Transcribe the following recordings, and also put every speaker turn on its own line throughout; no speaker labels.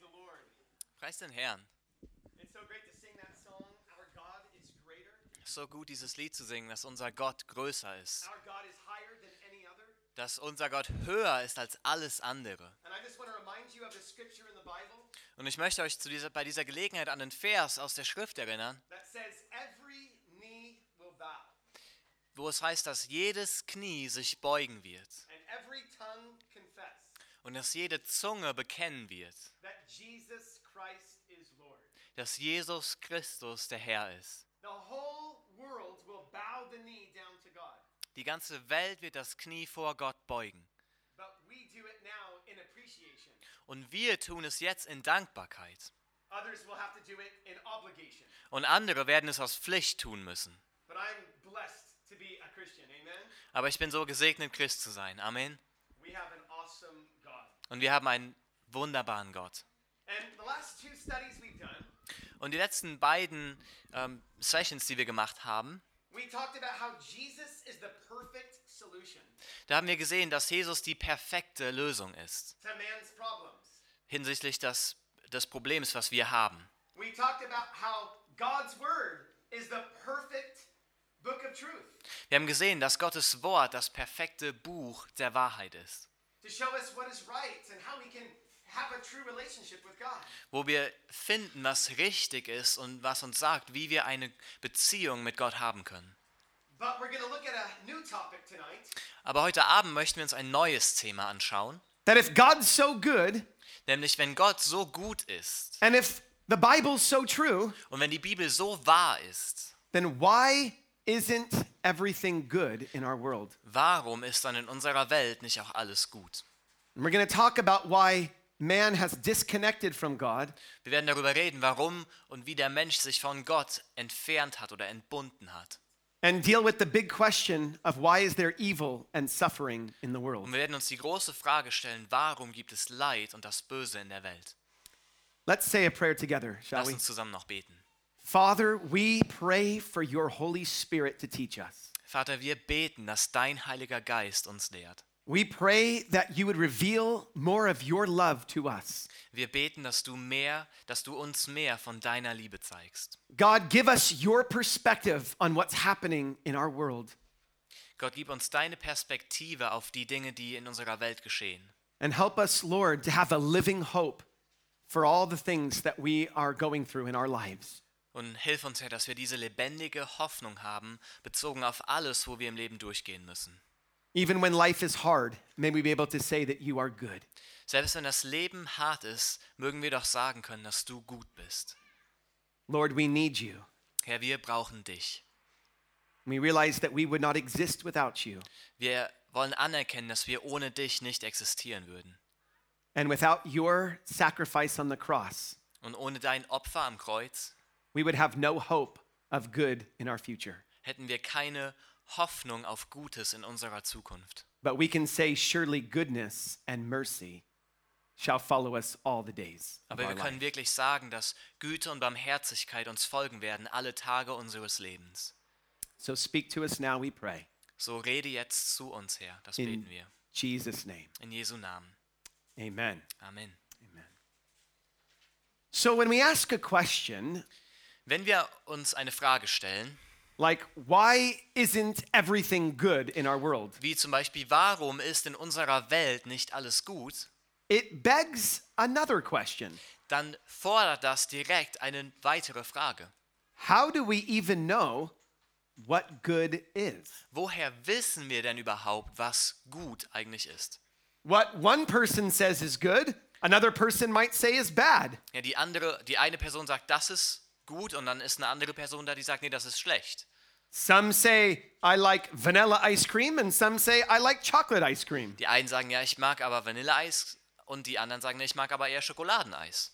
Lord.
Preist den Herrn.
It's so great to sing that song. Our God is greater.
So gut, dieses Lied zu singen, dass unser Gott größer ist,
Our God is higher than any other.
dass unser Gott höher ist als alles andere.
And I just want to remind you of the scripture in the Bible
Und ich möchte euch zu dieser, bei dieser Gelegenheit an den Vers aus der Schrift erinnern,
that says, Every knee will bow
wo es heißt, dass jedes Knie sich beugen wird
and every tongue confess
und dass jede Zunge bekennen wird,
that Jesus Christ is Lord.
dass Jesus Christus der Herr ist.
The whole world will bow the knee down to God.
Die ganze Welt wird das Knie vor Gott beugen.
But we do it now in appreciation.
Und wir tun es jetzt in Dankbarkeit.
Others will have to do it in obligation.
Und andere werden es aus Pflicht tun müssen.
But I'm blessed to be a Christian. Amen.
Aber ich bin so gesegnet, Christ zu sein. Amen.
We have an awesome God.
Und wir haben einen wunderbaren Gott.
And the last two studies we've done,
Und die letzten beiden ähm, Sessions, die wir gemacht haben,
we talked about how Jesus is the perfect solution
da haben wir gesehen, dass Jesus die perfekte Lösung ist
to man's problems.
hinsichtlich des, des Problems, was wir haben.
We talked about how God's word is the perfect book of truth
Wir haben gesehen, dass Gottes Wort das perfekte Buch der Wahrheit ist,
to show us what is right and how we can have a true relationship with God.
wo wir finden, was richtig ist und was uns sagt, wie wir eine Beziehung mit Gott haben können.
But we're going to look at a new topic tonight.
Aber heute Abend möchten wir uns ein neues Thema anschauen,
That if God's so good
nämlich wenn Gott so gut ist
and if the Bible's so true,
und wenn die Bibel so wahr ist,
then why isn't everything good in our world?
Warum ist dann in unserer Welt nicht auch alles gut?
And we're going to talk about why man has disconnected from God
Wir werden darüber reden, warum und wie der Mensch sich von Gott entfernt hat oder entbunden hat.
and deal with the big question of why is there evil and suffering in the
Und
world.
wir werden uns die große Frage stellen, warum gibt es Leid und das Böse in der Welt?
Let's say a prayer together, shall
Lass
we?
uns zusammen noch beten.
Father, we pray for your Holy Spirit to teach us.
Vater, wir beten, dass dein Heiliger Geist uns lehrt.
We pray that you would reveal more of your love to us.
Wir beten, dass du mehr, dass du uns mehr von deiner Liebe zeigst.
God, give us your perspective on what's happening in our world
Gott, gib uns deine Perspektive auf die Dinge, die in unserer Welt geschehen.
and help us, Lord, to have a living hope for all the things that we are going through in our lives.
Und hilf uns, Herr, dass wir diese lebendige Hoffnung haben, bezogen auf alles, wo wir im Leben durchgehen müssen.
Even when life is hard, may we be able to say that you are good.
Selbst wenn das Leben hart ist, mögen wir doch sagen können, dass du gut bist.
Lord, we need you.
Herr, wir brauchen dich.
We realize that we would not exist without you.
Wir wollen anerkennen, dass wir ohne dich nicht existieren würden.
And without your sacrifice on the cross,
Und ohne dein Opfer am Kreuz
we would have no hope of good in our future.
hätten wir keine Hoffnung auf Gutes in unserer Zukunft.
But we can say, surely goodness and mercy shall follow us all the days of
Aber
our
wir können
life.
wirklich sagen, dass Güte und Barmherzigkeit uns folgen werden alle Tage unseres Lebens.
So speak to us now, we pray.
So rede jetzt zu uns, Herr. Das
In
beten wir.
Jesus' name.
In Jesu Namen.
Amen.
Amen.
Amen. So when we ask a question
Wenn wir uns eine Frage stellen,
like, why isn't everything good in our world?
wie zum Beispiel, warum ist in unserer Welt nicht alles gut,
It begs another question.
dann fordert das direkt eine weitere Frage.
How do we even know what good is?
Woher wissen wir denn überhaupt, was gut eigentlich ist?
What one person says is good, another person might say is bad.
Ja, die andere, die eine Person sagt, das ist gut und dann ist eine andere Person da, die sagt, nee, das ist schlecht.
Some say I like vanilla ice cream, and some say I like chocolate ice cream.
Die einen sagen, ja, ich mag aber Vanilleeis und die anderen sagen, nee, ich mag aber eher Schokoladeneis.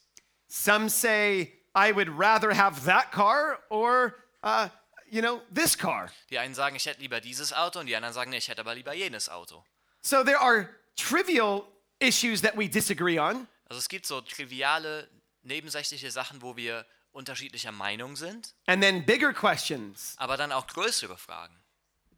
Some say I would rather have that car or, uh, you know, this car.
Die einen sagen, ich hätte lieber dieses Auto und die anderen sagen, nee, ich hätte aber lieber jenes Auto.
So there are trivial issues that we disagree on,
Also es gibt so triviale, nebensächliche Sachen, wo wir unterschiedlicher Meinung sind,
and then bigger questions
aber dann auch größere Fragen.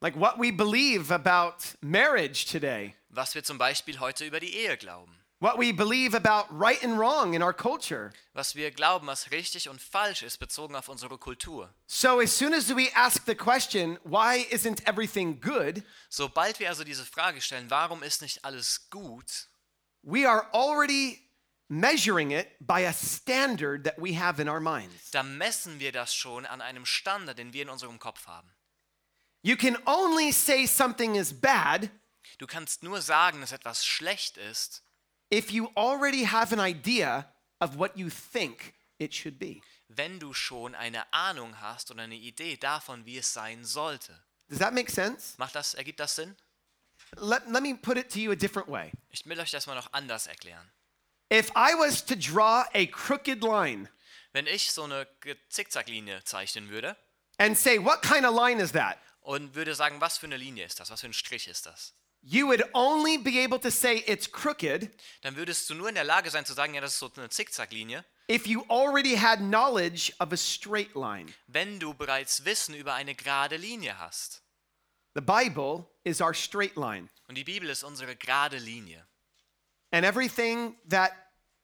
like what we believe about marriage today,
Was wir zum Beispiel heute über die Ehe glauben,
what we believe about right and wrong in our culture.
was wir glauben, was richtig und falsch ist, bezogen auf unsere Kultur.
So as soon as we ask the question, why isn't everything good?
Sobald wir also diese Frage stellen, warum ist nicht alles gut,
We are already measuring it by a standard that we have in our minds.
da messen wir das schon an einem Standard, den wir in unserem Kopf haben.
You can only say something is bad
Du kannst nur sagen, dass etwas schlecht ist,
if you already have an idea of what you think it should be.
wenn du schon eine Ahnung hast und eine Idee davon, wie es sein sollte.
Does that make sense?
Macht das, ergibt das Sinn?
Let, let me put it to you a different way.
Ich will euch das mal noch anders erklären.
If I was to draw a crooked line
Wenn ich so eine Ge- Zickzacklinie zeichnen würde
and say, what kind of line is that?
und würde sagen, was für eine Linie ist das, was für ein Strich ist das,
You would only be able to say it's crooked
dann würdest du nur in der Lage sein zu sagen, ja, das ist so eine Zickzacklinie,
if you already had knowledge of a straight line.
wenn du bereits Wissen über eine gerade Linie hast.
The Bible is our straight line,
Und die Bibel ist unsere gerade Linie.
and everything that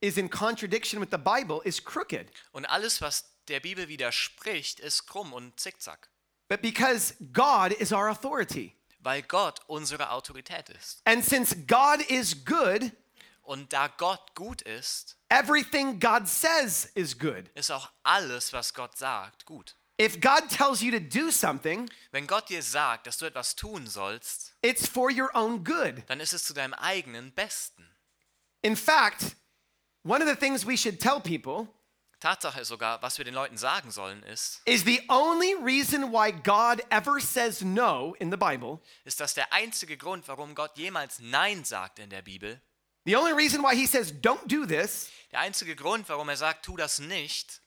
is in contradiction with the Bible is crooked.
Und alles, was der Bibel widerspricht, ist krumm und zickzack,
But because God is our authority,
weil Gott unsere Autorität ist.
and since God is good,
Und da Gott gut ist,
everything God says is good.
ist auch alles, was Gott sagt, gut.
If God tells you to do something,
Wenn Gott dir sagt, dass du etwas tun sollst,
it's for your own good.
dann ist es zu deinem eigenen Besten.
In fact, one of the things we should tell people
Tatsache ist sogar, was wir den Leuten sagen sollen, ist,
is the only reason why God ever says no in the Bible,
ist, dass der einzige Grund, warum Gott jemals Nein sagt in der Bibel,
the only reason why he says don't do this
der einzige Grund, warum er sagt, tu das nicht,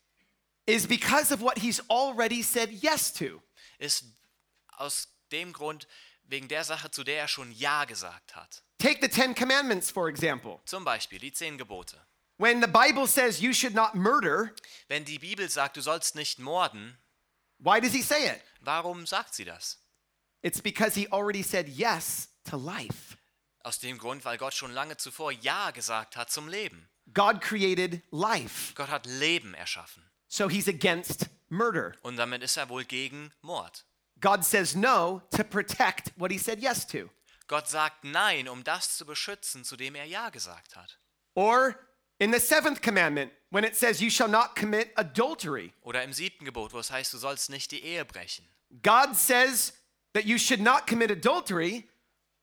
is because of what he's already said yes to.
ist aus dem Grund, wegen der Sache, zu der er schon Ja gesagt hat.
Take the 10 commandments for example.
Zum Beispiel die zehn Gebote.
When the Bible says you should not murder,
Wenn die Bibel sagt, du sollst nicht morden,
why does he say it?
warum sagt sie das?
It's because he already said yes to life.
Aus dem Grund, weil Gott schon lange zuvor Ja gesagt hat zum Leben.
God created life,
Gott hat Leben erschaffen.
so he's against murder.
Und damit ist er wohl gegen Mord.
God says no to protect what he said yes to.
Gott sagt Nein, um das zu beschützen, zu dem er Ja gesagt hat.
Or in the seventh commandment, when it says you shall not commit adultery,
Oder im siebten Gebot, wo es heißt, du sollst nicht die Ehe brechen.
God says that you should not commit adultery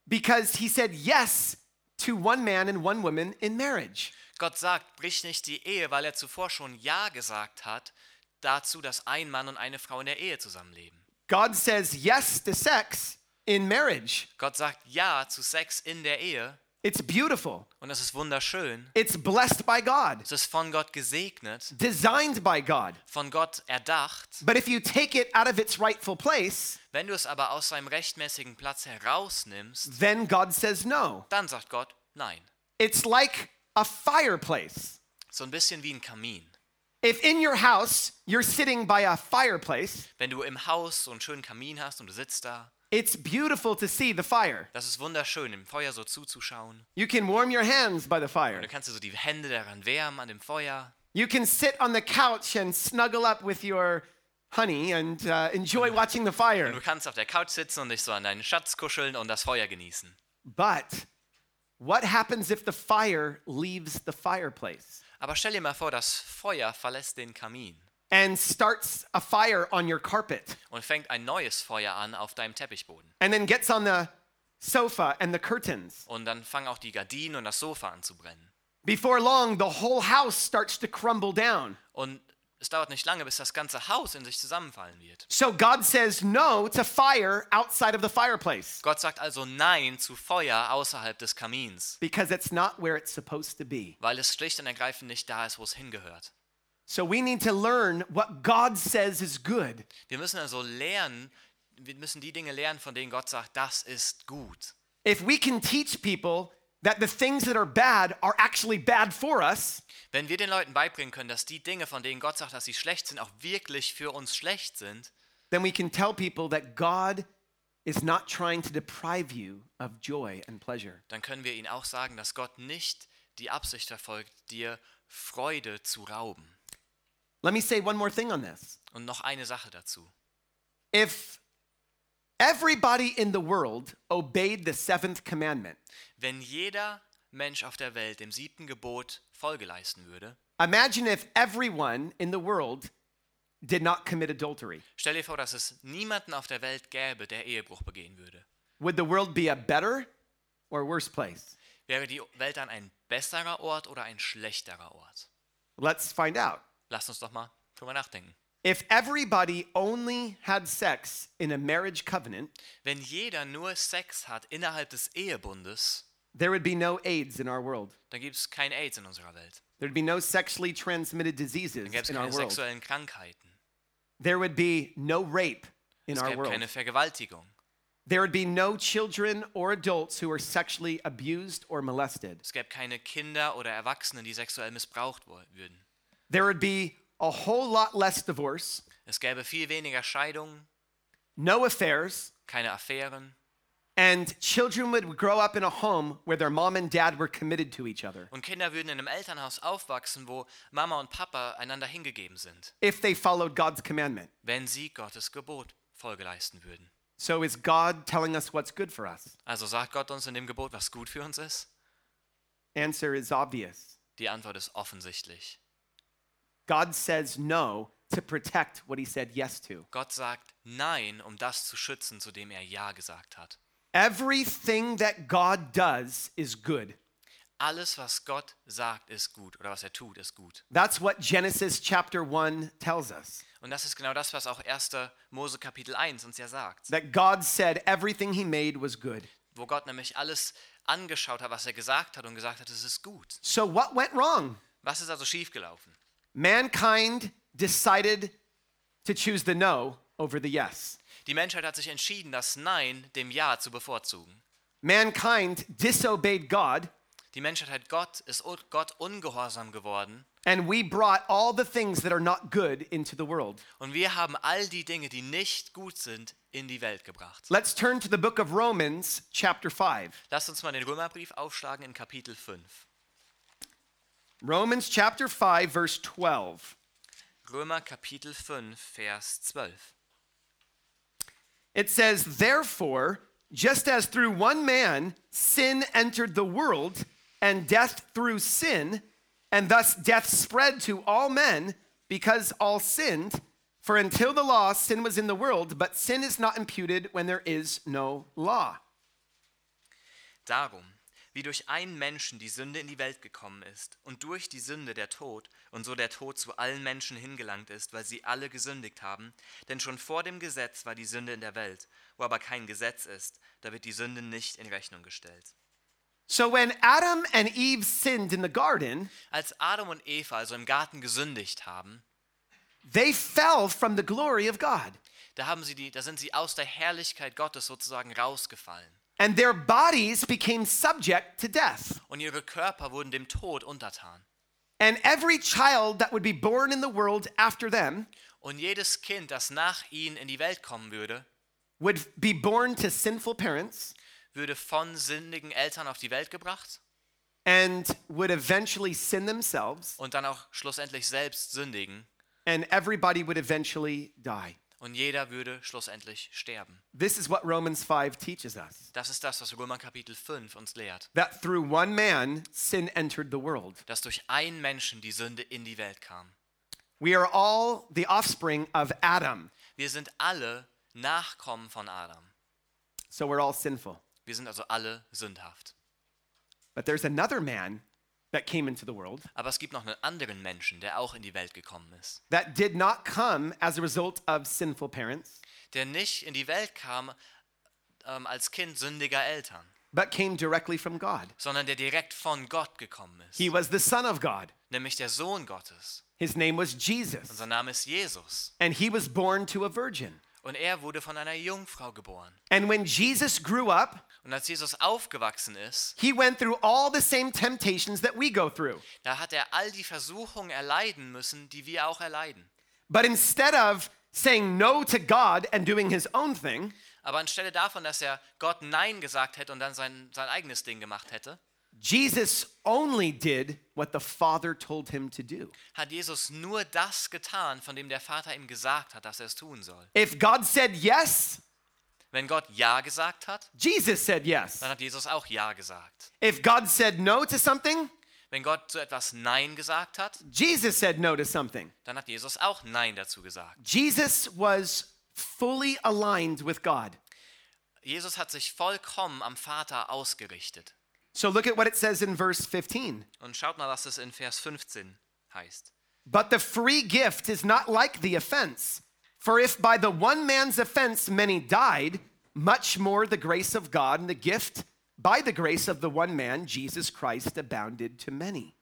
because he said yes to one man and one woman in marriage.
Gott sagt, brich nicht die Ehe, weil er zuvor schon Ja gesagt hat dazu, dass ein Mann und eine Frau in der Ehe zusammenleben.
God says yes to sex in marriage.
Gott sagt Ja zu Sex in der Ehe
It's beautiful,
und das ist wunderschön.
it's blessed by God,
Es ist von Gott gesegnet,
designed by God.
von Gott erdacht.
But if you take it out of its rightful place,
Wenn du es aber aus seinem rechtmäßigen Platz herausnimmst,
then God says no.
dann sagt Gott Nein.
It's like a fireplace.
So ein bisschen wie ein Kamin.
If in your house you're sitting by a fireplace,
Wenn du im Haus so einen schönen Kamin hast und du sitzt da,
It's beautiful to see the fire.
das ist wunderschön, im Feuer so zuzuschauen.
You can warm your hands by the
Und
fire.
du kannst dir so die Hände daran wärmen an dem Feuer.
You can sit on the couch and snuggle up with your honey and uh, enjoy watching the
Und
fire.
du kannst auf der Couch sitzen und dich so an deinen Schatz kuscheln und das Feuer genießen.
But what happens if the fire leaves the fireplace
Aber stell dir mal vor, das Feuer verlässt den Kamin
and starts a fire on your carpet
und fängt ein neues Feuer an auf deinem Teppichboden.
and then gets on the sofa and the curtains?
Und dann fangen auch die Gardinen und das Sofa an zu brennen.
Before long, the whole house starts to crumble down.
Und es dauert nicht lange, bis das ganze Haus in sich zusammenfallen wird.
So God says no to fire outside of the fireplace
Gott sagt also Nein zu Feuer außerhalb des Kamins,
because it's not where it's supposed to be.
weil es schlicht und ergreifend nicht da ist, wo es hingehört.
So we need to learn what God says is good.
Wir müssen also lernen, wir müssen die Dinge lernen, von denen Gott sagt, das ist gut.
If we can teach people that the things that are bad are actually bad for us,
Wenn wir den Leuten beibringen können, dass die Dinge, von denen Gott sagt, dass sie schlecht sind, auch wirklich für uns schlecht sind,
then we can tell people that God is not trying to deprive you of joy and pleasure.
dann können wir ihnen auch sagen, dass Gott nicht die Absicht verfolgt, dir Freude zu rauben.
Let me say one more thing on this.
Und noch eine Sache dazu.
If everybody in the world obeyed the seventh commandment,
Wenn jeder Mensch auf der Welt dem siebten Gebot Folge leisten würde,
imagine if everyone in the world did not commit adultery.
stell dir vor, dass es niemanden auf der Welt gäbe, der Ehebruch begehen würde.
Would the world be a better or worse place?
Wäre die Welt dann ein besserer Ort oder ein schlechterer Ort?
Let's find out.
Lasst uns doch mal drüber nachdenken.
If everybody only had sex in a marriage covenant,
Wenn jeder nur Sex hat innerhalb des Ehebundes,
there would be no AIDS in our world.
dann gibt es kein AIDS in unserer Welt.
There'd be no sexually transmitted
Dann gäbe
diseases
es
in our
keine
world.
sexuellen Krankheiten.
There would be no rape in
Es
our
gäbe
world.
keine Vergewaltigung.
There would be no children or adults who are sexually abused or molested.
Es gäbe keine Kinder oder Erwachsene, die sexuell missbraucht wo- würden.
There would be a whole lot less divorce,
Es gäbe viel weniger Scheidungen,
no affairs,
keine Affären.
and children would grow up in a home where their mom and dad were committed to each other
Und Kinder würden in einem Elternhaus aufwachsen, wo Mama und Papa einander hingegeben sind,
if they followed God's commandment.
wenn sie Gottes Gebot Folge leisten würden.
So, is God telling us what's good for us?
Also sagt Gott uns in dem Gebot, was gut für uns ist?
Answer is obvious.
Die Antwort ist offensichtlich.
God says no to protect what he said yes to.
Gott sagt Nein, um das zu schützen, zu dem er Ja gesagt hat.
Everything that God does is good.
Alles, was Gott sagt, ist gut oder was er tut, ist gut.
That's what Genesis chapter 1 tells us.
Und das ist genau das, was auch 1. Mose Kapitel 1 uns ja sagt,
That God said everything he made was good.
wo Gott nämlich alles angeschaut hat, was er gesagt hat und gesagt hat, es ist gut.
So, what went wrong?
Was ist also schiefgelaufen?
Mankind decided to choose the no over the yes.
Die Menschheit hat sich entschieden, das Nein dem Ja zu bevorzugen.
Mankind disobeyed God,
Die Menschheit hat Gott, ist un- Gott ungehorsam geworden
and we brought all the things that are not good into the world.
und wir haben all die Dinge, die nicht gut sind, in die Welt gebracht.
Let's turn to the book of Romans, chapter 5.
Lasst uns mal den Römerbrief aufschlagen in Kapitel 5.
Romans chapter 5, verse 12.
Römer Kapitel 5, Vers 12.
It says, Therefore, just as through one man sin entered the world, and death through sin, and thus death spread to all men because all sinned. For until the law, sin was in the world, but sin is not imputed when there is no law.
Darum, wie durch einen Menschen die Sünde in die Welt gekommen ist und durch die Sünde der Tod und so der Tod zu allen Menschen hingelangt ist, weil sie alle gesündigt haben, denn schon vor dem Gesetz war die Sünde in der Welt, wo aber kein Gesetz ist, da wird die Sünde nicht in Rechnung gestellt.
So when Adam and Eve sinned in the garden,
Als Adam und Eva also im Garten gesündigt haben,
they fell from the glory of God,
da, haben sie die, da sind sie aus der Herrlichkeit Gottes sozusagen rausgefallen
and their bodies became subject to death.
und ihre Körper wurden dem Tod untertan.
And every child that would be born in the world after them
Und jedes Kind, das nach ihnen in die Welt kommen würde,
would be born to sinful parents
würde von sündigen Eltern auf die Welt gebracht
and would eventually sin themselves,
und dann auch schlussendlich selbst sündigen
and everybody would eventually die.
und jeder würde schlussendlich sterben.
This is what Romans 5 teaches us
Das ist das, was Römer Kapitel 5 uns lehrt,
that through one man, sin entered the world.
dass durch einen Menschen die Sünde in die Welt kam.
We are all the offspring of Adam,
Wir sind alle Nachkommen von Adam.
so we're all sinful.
Wir sind also alle sündhaft.
But there's another man that came into the world
Aber es gibt noch einen anderen Menschen, der auch in die Welt gekommen ist,
that did not come as a result of sinful parents,
der nicht in die Welt kam ähm, als Kind sündiger Eltern,
but came directly from God.
sondern der direkt von Gott gekommen ist,
He was the Son of God.
nämlich der Sohn Gottes.
His name was Jesus,
Unser Name ist Jesus.
and he was born to a virgin.
Und er wurde von einer Jungfrau geboren.
And when Jesus grew up,
Und als Jesus aufgewachsen ist,
he went through all the same temptations that we go through.
da hat er all die Versuchungen erleiden müssen, die wir auch erleiden.
But instead of saying no to God and doing his own thing,
Aber anstelle davon, dass er Gott Nein gesagt hätte und dann sein, sein eigenes Ding gemacht hätte,
Jesus only did what the Father told him to do.
hat Jesus nur das getan, von dem der Vater ihm gesagt hat, dass er es tun soll.
If God said yes,
Wenn Gott Ja gesagt hat,
Jesus said yes.
dann hat Jesus auch Ja gesagt.
If God said no to something,
Wenn Gott zu etwas Nein gesagt hat,
Jesus said no to something.
dann hat Jesus auch Nein dazu gesagt.
Jesus was fully aligned with God.
Jesus hat sich vollkommen am Vater ausgerichtet.
So look at what it says in verse 15.
Und schaut mal, was es in Vers 15 heißt.
But the free gift is not like the offense. For if by the one man's offense many died, much more the grace of God and the gift by the grace of the one man, Jesus Christ, abounded to many.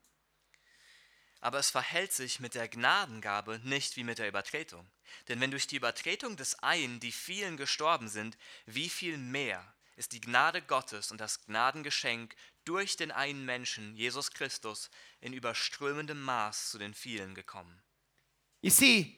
Aber es verhält sich mit der Gnadengabe nicht wie mit der Übertretung. Denn wenn durch die Übertretung des einen die vielen gestorben sind, wie viel mehr ist die Gnade Gottes und das Gnadengeschenk durch den einen Menschen, Jesus Christus, in überströmendem Maß zu den vielen gekommen.
You see,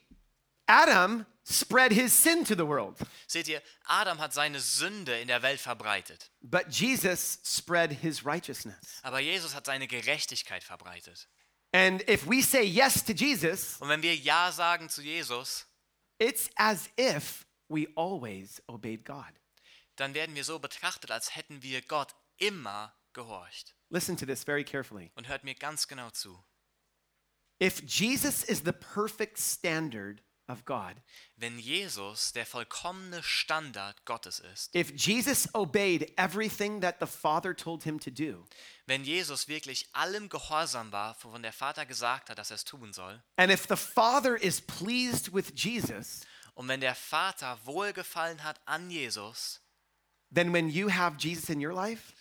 Adam spread his sin to the world,
Seht ihr, Adam hat seine Sünde in der Welt verbreitet,
but Jesus spread his righteousness.
aber Jesus hat seine Gerechtigkeit verbreitet.
And if we say yes to Jesus,
Und wenn wir Ja sagen zu Jesus,
it's as if we always obeyed God.
dann werden wir so betrachtet, als hätten wir Gott immer gehorcht.
Listen to this very carefully.
Und hört mir ganz genau zu.
If Jesus is the perfect standard of God,
Wenn Jesus der vollkommene Standard Gottes ist,
if Jesus obeyed everything that the Father told him to do,
wenn Jesus wirklich allem gehorsam war, wovon der Vater gesagt hat, dass er es tun soll,
and if the Father is pleased with Jesus,
und wenn der Vater wohlgefallen hat an Jesus,
then when you have Jesus in your life,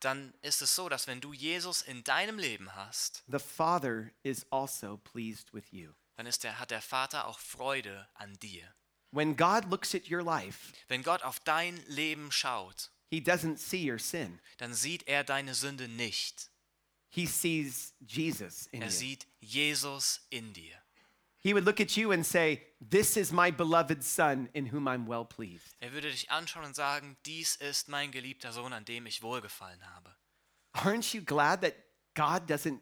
dann ist es so, dass wenn du Jesus in deinem Leben hast,
the Father is also pleased with you.
dann ist der, hat der Vater auch Freude an dir.
When God looks at your life,
Wenn Gott auf dein Leben schaut,
he doesn't see your sin.
dann sieht er deine Sünde nicht.
He sees Jesus in
Er
you.
sieht Jesus in dir.
He would look at you and say, "This is my beloved son in whom I'm well pleased."
Er würde dich anschauen und sagen, dies ist mein geliebter Sohn, an dem ich wohlgefallen habe.
Aren't you glad that God doesn't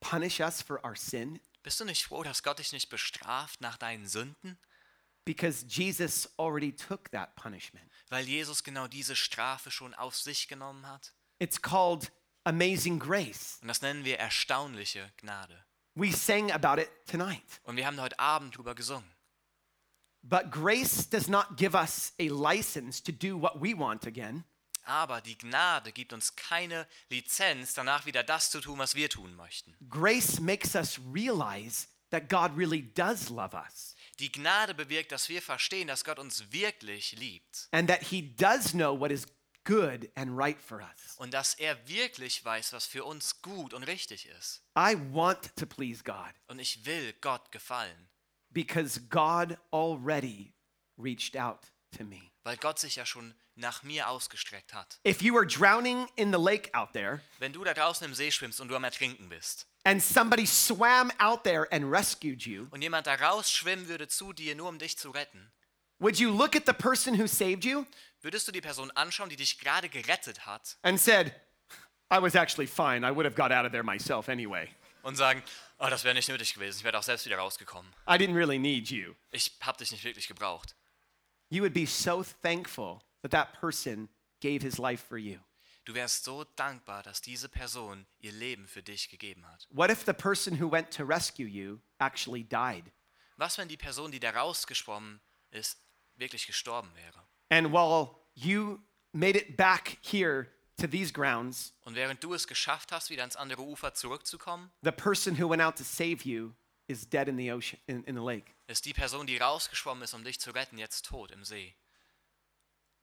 punish us for our sin?
Bist du nicht froh, dass Gott dich nicht bestraft nach deinen Sünden?
Because Jesus already took that punishment.
Weil Jesus genau diese Strafe schon auf sich genommen hat?
It's called amazing grace.
Und das nennen wir erstaunliche Gnade.
We sang about it tonight.
Und wir haben heute Abend drüber gesungen.
But grace does not give us a license to do what we want again.
Aber die Gnade gibt uns keine Lizenz, danach wieder das zu tun, was wir tun möchten.
Grace makes us realize that God really does love us
Die Gnade bewirkt, dass wir verstehen, dass Gott uns wirklich liebt
and that He does know what is good and right for us.
und dass er wirklich weiß, was für uns gut und richtig ist.
I want to please God
Und ich will Gott gefallen,
because God already reached out to me.
weil Gott sich ja schon nach mir ausgestreckt hat.
If you are drowning in the lake out there
Wenn du da draußen im See schwimmst und du am Ertrinken bist
and somebody swam out there and rescued you,
und jemand da rausschwimmen würde zu dir, nur um dich zu retten,
would you look at the person who saved you
würdest du die Person anschauen, die dich gerade gerettet hat
and said, I was actually fine. I would have got out of there myself anyway.
und sagen, oh, das wäre nicht nötig gewesen, ich wäre auch selbst wieder rausgekommen.
I didn't really need you.
Ich hab dich nicht wirklich gebraucht.
You would be so thankful that that person gave his life for you.
Du wärst so dankbar, dass diese Person ihr Leben für dich gegeben hat.
What if the person who went to rescue you actually died?
Was, wenn die Person, die da rausgeschwommen ist, wirklich gestorben wäre?
And while you made it back here to these grounds,
Und während du es geschafft hast, wieder ans andere Ufer zurückzukommen,
the person who went out to save you is dead in the ocean in, in the lake
ist die Person, die rausgeschwommen ist, um dich zu retten, jetzt tot im See.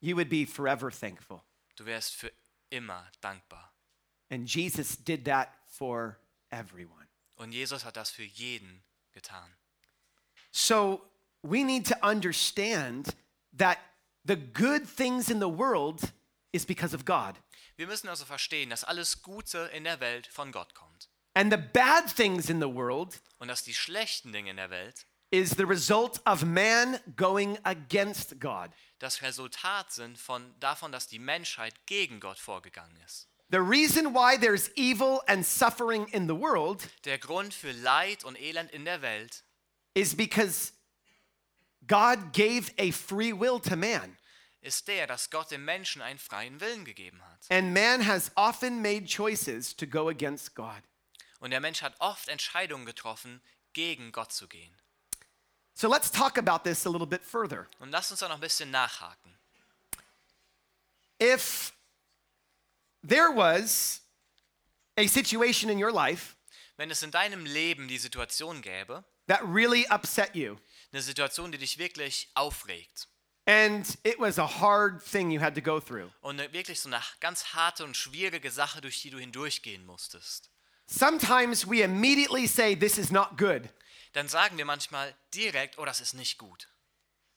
you would be forever thankful
Du wärst für immer dankbar.
and jesus did that for everyone
Und Jesus hat das für jeden getan.
so we need to understand that the good things in the world is because of god
Wir müssen also verstehen, dass alles Gute in der Welt von Gott kommt
and the bad things in the world
und dass die schlechten Dinge in der Welt
is the result of man going against god
das Resultat sind von davon, dass die Menschheit gegen Gott vorgegangen ist.
The reason why there's evil and suffering in the world
Der Grund für Leid und Elend in der Welt
is because God gave a free will to man,
ist der, dass Gott dem Menschen einen freien Willen gegeben hat.
and man has often made choices to go against God.
Und der Mensch hat oft Entscheidungen getroffen, gegen Gott zu gehen.
So let's talk about this a little bit further.
Und lasst uns da noch ein bisschen nachhaken.
If there was a situation in your life
Wenn es in deinem Leben die Situation gäbe,
that really upset you,
eine Situation, die dich wirklich aufregt
and it was a hard thing you had to go through,
und eine- wirklich so eine ganz harte und schwierige Sache, durch die du hindurchgehen musstest,
sometimes we immediately say, This is not good.
dann sagen wir manchmal direkt, oh, das ist nicht gut.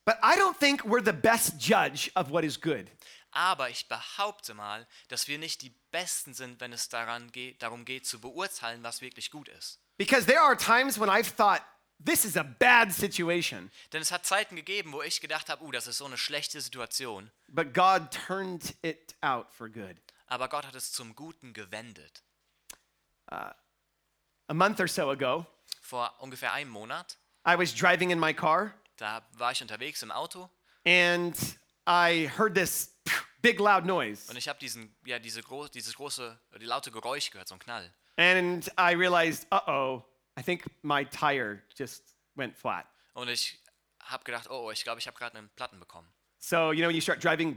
But I don't think we're the best judge of what is good.
Aber ich behaupte mal, dass wir nicht die Besten sind, wenn es daran geht, darum geht, zu beurteilen, was wirklich gut ist.
Because there are times when I've thought, this is a bad situation,
Denn es hat Zeiten gegeben, wo ich gedacht habe, uh, das ist so eine schlechte Situation.
but God turned it out for good.
Aber Gott hat es zum Guten gewendet.
A month or so ago,
Vor ungefähr einem Monat,
I was driving in my car
da war ich unterwegs im Auto
and I heard this big loud noise.
und ich habe diesen, ja, diese gro dieses große, die laute Geräusch gehört, so ein Knall.
And I realized, uh oh, I think my tire just went flat.
Und ich habe gedacht, oh, oh, ich glaube, ich habe gerade einen Platten bekommen.
So, you know, you start driving,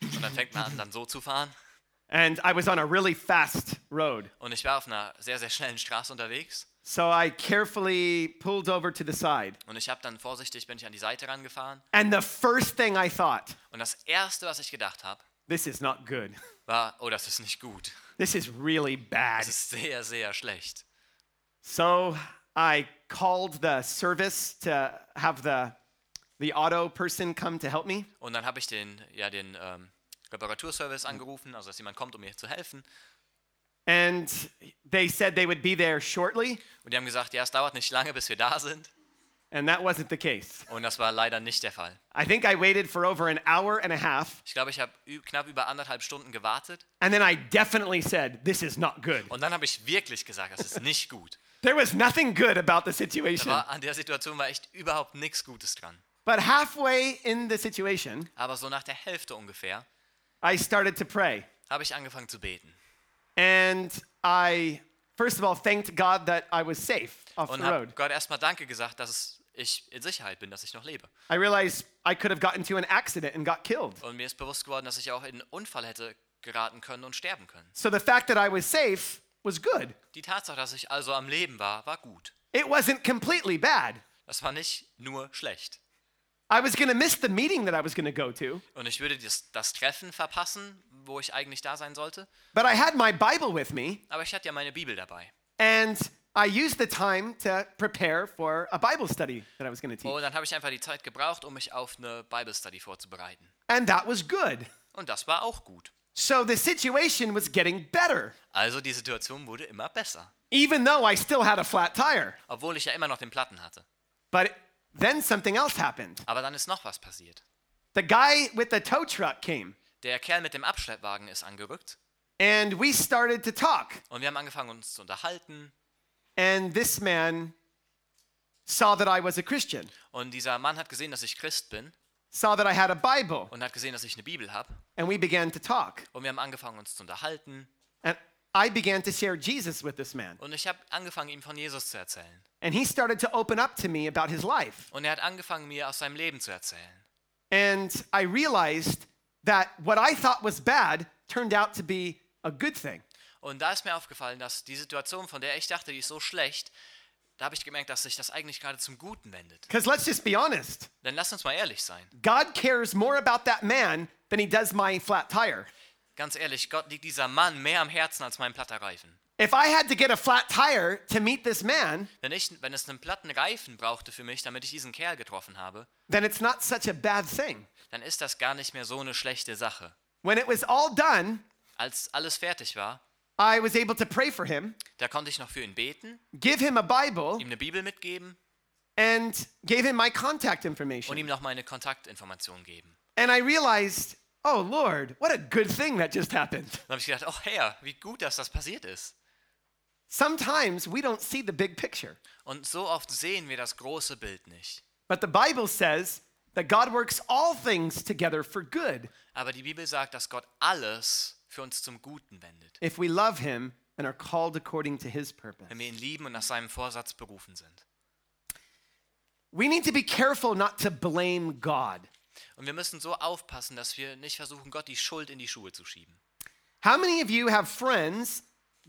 Und dann fängt man an, dann so zu fahren.
and I was on a really fast road.
Und ich war auf einer sehr, sehr schnellen Straße unterwegs.
So I carefully pulled over to the side.
Und ich habe dann vorsichtig, bin ich an die Seite rangefahren.
And the first thing I thought,
Und das Erste, was ich gedacht habe,
this is not good.
war, oh, das ist nicht gut.
This is really bad.
Das ist sehr, sehr schlecht.
So I called the service to have the the auto person come to help me.
Und dann habe ich den, ja, den ähm, Reparaturservice angerufen, also dass jemand kommt, um mir zu helfen.
And they said they would be there shortly,
Und die haben gesagt, ja, es dauert nicht lange, bis wir da sind.
and that wasn't the case.
Und das war leider nicht der Fall.
I think I waited for over an hour and a half,
Ich glaube, ich habe ü- knapp über anderthalb Stunden gewartet.
and then I definitely said, This is not good.
Und dann habe ich wirklich gesagt, das ist nicht gut.
There was nothing good about the
Da
situation.
war, an der Situation war echt überhaupt nichts Gutes dran.
But halfway in the situation,
Aber so nach der Hälfte ungefähr
I started to pray.
habe ich angefangen zu beten.
And I, first of all, thanked God that I was safe off
Und
the
habe
road.
Gott erstmal Danke gesagt, dass es- ich in Sicherheit bin, dass ich noch lebe.
I realized I could have gotten to an accident and got killed.
Und mir ist bewusst geworden, dass ich auch in einen Unfall hätte geraten können und sterben können.
So the fact that I was safe was good.
Die Tatsache, dass ich also am Leben war, war gut.
It wasn't completely bad.
Das war nicht nur schlecht.
I was going to miss the meeting that I was going to go to,
Und ich würde das, das Treffen verpassen, wo ich eigentlich da sein sollte.
but I had my Bible with me
Aber ich hatte ja meine Bibel dabei.
and I used the time to prepare for a Bible study that I was going to teach.
Und dann habe ich einfach die Zeit gebraucht, um mich auf eine Bible Study vorzubereiten.
And that was good.
Und das war auch gut.
So the situation was getting better,
Also die Situation wurde immer besser.
even though I still had a flat tire.
Obwohl ich ja immer noch den Platten hatte.
But then something else happened.
Aber dann ist noch was passiert.
The guy with the tow truck came
Der Kerl mit dem Abschleppwagen ist angerückt
and we started to talk.
und wir haben angefangen uns zu unterhalten.
And this man saw that I was a Christian,
Und dieser Mann hat gesehen, dass ich Christ bin
saw that I had a Bible.
und hat gesehen, dass ich eine Bibel habe.
and we began to talk.
Und wir haben angefangen uns zu unterhalten.
And I began to share Jesus with this man.
Und ich habe angefangen, ihm von Jesus zu erzählen.
And he started to open up to me about his life.
Und er hat angefangen, mir aus seinem Leben zu erzählen.
And I realized that what I thought was bad turned out to be a good thing.
Und da ist mir aufgefallen, dass die Situation, von der ich dachte, die ist so schlecht, da habe ich gemerkt, dass sich das eigentlich gerade zum Guten wendet.
Because let's just be honest
Denn lass uns mal ehrlich sein.
God cares more about that man than he does my flat tire.
Ganz ehrlich, Gott liegt dieser Mann mehr am Herzen als mein platter Reifen.
If I had to get a flat tire to meet this man,
Wenn, ich, wenn es einen platten Reifen brauchte für mich, damit ich diesen Kerl getroffen habe,
then it's not such a bad thing.
dann ist das gar nicht mehr so eine schlechte Sache.
When it was all done,
Als alles fertig war,
I was able to pray for him,
da konnte ich noch für ihn beten,
give him a Bible,
ihm eine Bibel mitgeben
and gave him my contact information.
und ihm noch meine Kontaktinformationen geben.
And I realized Oh, Lord, what a good thing that just happened.
Dann habe ich gedacht, oh Herr, wie gut, dass das passiert ist.
Sometimes we don't see the big picture,
Und so oft sehen wir das große Bild nicht.
but the Bible says that God works all things together for good
Aber die Bibel sagt, dass Gott alles für uns zum Guten wendet,
if we love Him and are called according to His purpose.
wenn wir ihn lieben und nach seinem Vorsatz berufen sind.
We need to be careful not to blame God.
Und wir müssen so aufpassen, dass wir nicht versuchen, Gott die Schuld in die Schuhe zu schieben.
How many of you have friends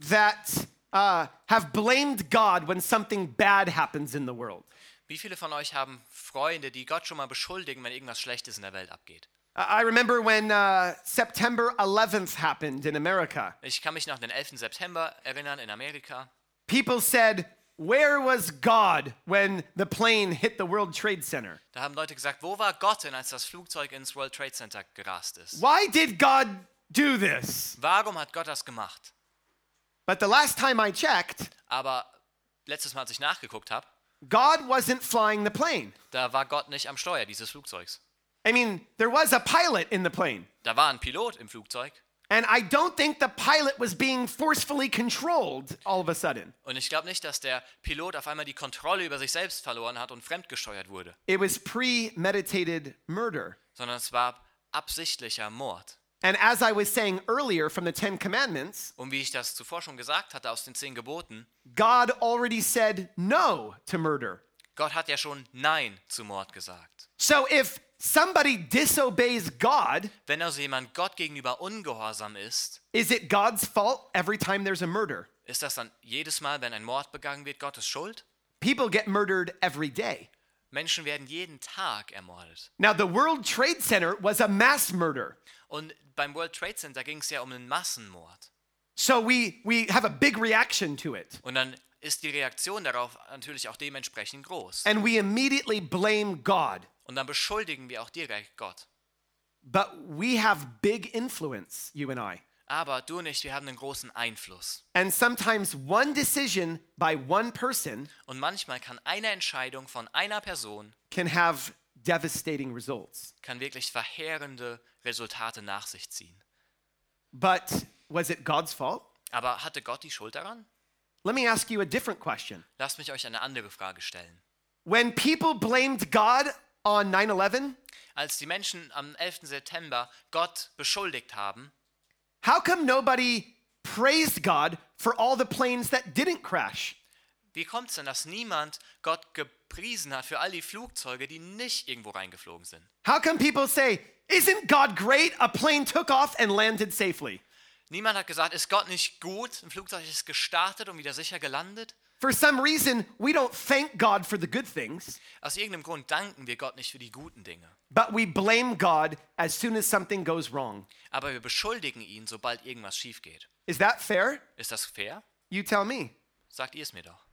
that uh, have blamed God when something bad happens in the world?
Wie viele von euch haben Freunde, die Gott schon mal beschuldigen, wenn irgendwas Schlechtes in der Welt abgeht?
I I remember when uh, September 11th happened in America.
Ich kann mich noch an den 11. September erinnern in Amerika.
People said, Where was God when the plane hit the World Trade Center?
Da haben Leute gesagt, wo war Gott denn, als das Flugzeug ins World Trade Center gerast ist?
Why did God do this?
Warum hat Gott das gemacht?
But the last time I checked,
Aber letztes Mal, als ich nachgeguckt habe,
God wasn't flying the plane.
da war Gott nicht am Steuer dieses Flugzeugs.
I mean, there was a pilot in the plane.
Da war ein Pilot im Flugzeug
And I don't think the pilot was being forcefully controlled all of a sudden.
und ich glaube nicht, dass der Pilot auf einmal die Kontrolle über sich selbst verloren hat und fremdgesteuert wurde,
It was premeditated murder.
sondern es war absichtlicher Mord.
And as I was saying earlier from the Ten Commandments,
Und wie ich das zuvor schon gesagt hatte aus den zehn Geboten,
God already said no to murder.
Gott hat ja schon Nein zu Mord gesagt.
So if somebody disobeys God,
Wenn also jemand Gott gegenüber ungehorsam ist,
is it God's fault every time there's a murder?
Ist das dann jedes Mal, wenn ein Mord begangen wird, Gottes Schuld?
People get murdered every day.
Menschen werden jeden Tag ermordet.
Now, the World Trade Center was a mass murder.
Und beim World Trade Center ging es ja um einen Massenmord.
So we, we have a big reaction to it.
Und dann ist die Reaktion darauf natürlich auch dementsprechend groß.
And we immediately blame God.
Und dann beschuldigen wir auch direkt Gott.
But we have big influence, you and I.
Aber du und ich, wir haben einen großen Einfluss.
And sometimes one decision by one person
Und manchmal kann eine Entscheidung von einer Person
can have devastating results.
kann wirklich verheerende Resultate nach sich ziehen.
But was it God's fault?
Aber hatte Gott die Schuld daran?
Let me ask you a different question.
Lasst mich euch eine andere Frage stellen.
When people blamed God on 9 11,
Als die Menschen am 11. September Gott beschuldigt haben,
how come nobody praised God for all the planes that didn't crash?
Wie kommt es denn, dass niemand Gott gepriesen hat für all die Flugzeuge, die nicht irgendwo reingeflogen sind?
How come people say, Isn't God great? A plane took off and landed safely.
Niemand hat gesagt, ist Gott nicht gut? Ein Flugzeug ist gestartet und wieder sicher gelandet?
For some reason, we don't thank God for the good things,
Aus irgendeinem Grund danken wir Gott nicht für die guten Dinge.
but we blame God as soon as something goes wrong.
Aber wir beschuldigen ihn, sobald irgendwas schief geht.
Is that fair?
Ist das fair?
You tell me.
Sagt ihr es mir doch.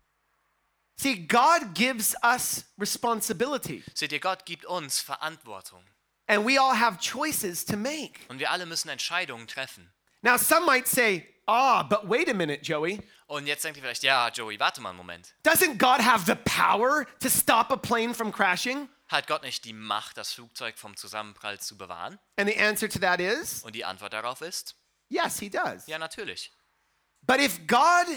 See, God gives us responsibility,
Seht ihr, Gott gibt uns Verantwortung.
and we all have choices to make.
Und wir alle müssen Entscheidungen treffen.
Now, some might say, ah, but wait a minute, Joey.
Und jetzt denkt ihr vielleicht, ja, Joey, warte mal einen Moment.
Doesn't God have the power to stop a plane from crashing?
Hat Gott nicht die Macht, das Flugzeug vom Zusammenprall zu bewahren?
And the answer to that is
Und die Antwort darauf ist,
yes, he does.
ja, natürlich.
But if God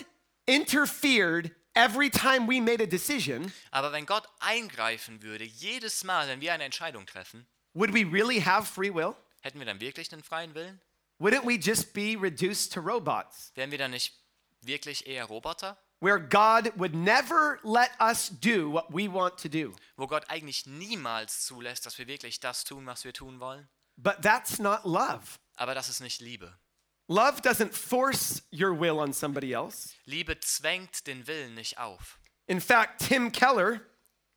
interfered every time we made a decision,
Aber wenn Gott eingreifen würde, jedes Mal, wenn wir eine Entscheidung treffen,
would we really have free will?
hätten wir dann wirklich den freien Willen?
Wouldn't we just be reduced to robots
Wären wir dann nicht wirklich eher Roboter?
where God would never let us do what we want to do?
Wo Gott eigentlich niemals zulässt, dass wir wirklich das tun, was wir tun wollen?
But that's not love.
Aber das ist nicht Liebe.
Love doesn't force your will on somebody else.
Liebe zwängt den Willen nicht auf.
In fact, Tim Keller,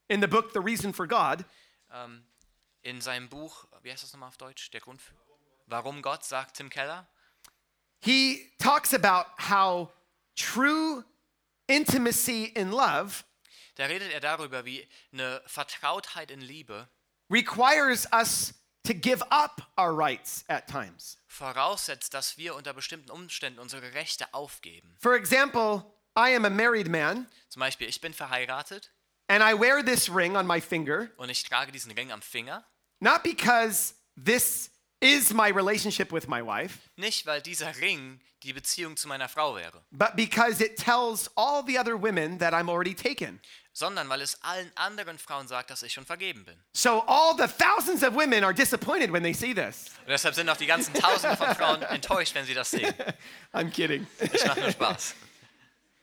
in the book The Reason for God,
Ähm, in seinem Buch, wie heißt das nochmal auf Deutsch? Der Grund für. Warum Gott, sagt Tim Keller.
he talks about how true intimacy in love
Da redet er darüber, wie eine Vertrautheit in Liebe
requires us to give up our rights at times.
voraussetzt, dass wir unter bestimmten Umständen unsere Rechte aufgeben.
For example, I am a married man
Zum Beispiel, ich bin verheiratet
and I wear this ring on my finger,
und ich trage diesen Ring am Finger,
not because this is my relationship with my wife,
Nicht, weil dieser Ring die Beziehung zu meiner Frau wäre,
but because it tells all the other women that I'm already taken.
sondern weil es allen anderen Frauen sagt, dass ich schon vergeben bin.
So all the thousands of women are disappointed when they see this.
Und deshalb sind auch die ganzen Tausende von Frauen enttäuscht, wenn sie das sehen.
I'm kidding.
Ich mache nur Spaß.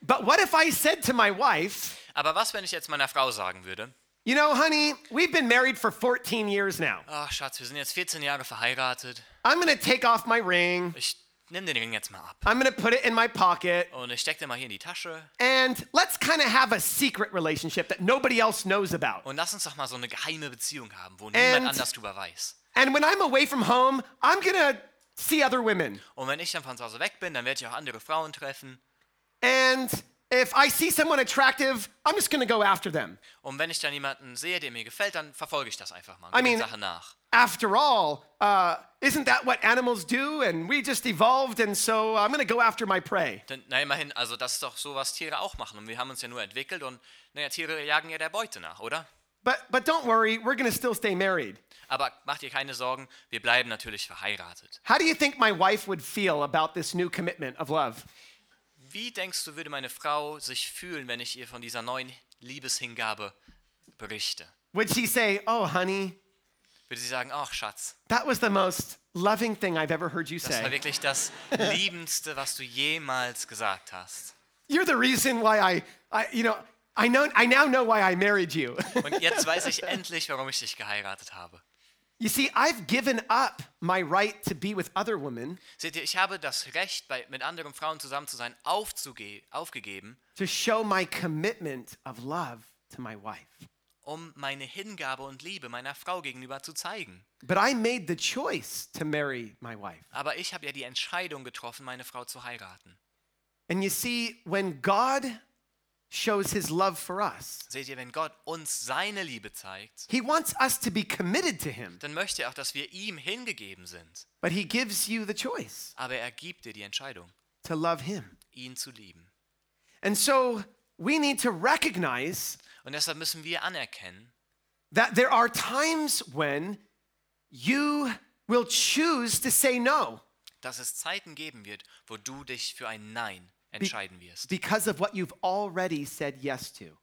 But what if I said to my wife,
Aber was, wenn ich jetzt meiner Frau sagen würde,
you know, honey, we've been married for 14 years now.
ach "Ah, Schatz, wir sind jetzt 14 Jahre verheiratet,
I'm going to take off my ring.
ich nehme den Ring jetzt mal ab
I'm going to put it in my pocket.
und ich stecke den mal hier in die Tasche
And let's kind of have a secret relationship that nobody else knows about.
und lass uns doch mal so eine geheime Beziehung haben, wo
And-
niemand anders drüber weiß.
And when I'm away from home, I'm going to see other women.
Und wenn ich dann von zu Hause weg bin, dann werde ich auch andere Frauen treffen.
And if I see someone attractive, I'm just going to go after them.
Und wenn ich dann jemanden sehe, der mir gefällt, dann verfolge ich das einfach mal.
I
Gehe
mean-
der Sache nach.
After all, uh, isn't that what animals do? And we just evolved, and so I'm going to go after my prey.
Denn, na immerhin, also das ist doch so, was Tiere auch machen. Und wir haben uns ja nur entwickelt und naja, Tiere jagen ja der Beute nach, oder?
But, but don't worry, we're going to still stay married.
Aber mach dir keine Sorgen, wir bleiben natürlich verheiratet.
How do you think my wife would feel about this new commitment of love?
Wie denkst du, würde meine Frau sich fühlen, wenn ich ihr von dieser neuen Liebeshingabe berichte?
Would she say, Oh, honey,
Würde sie sagen, ach Schatz,
that was the most loving thing I've ever heard you
das war
say?
wirklich das Liebendste, was du jemals gesagt hast.
You're the reason why I, I you know, I, know, I now know why I married you.
Und jetzt weiß ich endlich, warum ich dich geheiratet habe.
you see, I've given up my right to be with other women
Seht ihr, ich habe das Recht, bei, mit anderen Frauen zusammen zu sein, aufzuge aufgegeben,
to show my commitment of love to my wife.
um meine Hingabe und Liebe meiner Frau gegenüber zu zeigen.
But I made the choice to marry my wife.
Aber ich habe ja die Entscheidung getroffen, meine Frau zu heiraten.
And you see, when God shows his love for us,
Seht ihr, wenn Gott uns seine Liebe zeigt,
he wants us to be committed to him,
dann möchte er auch, dass wir ihm hingegeben sind.
but he gives you the choice
Aber er gibt dir die Entscheidung,
to love him.
ihn zu lieben.
And so we need to recognize
Und deshalb müssen wir anerkennen,
that there are times when you will choose to say no
dass es Zeiten geben wird, wo du dich für ein Nein entscheiden wirst.
because of what you've already said yes to.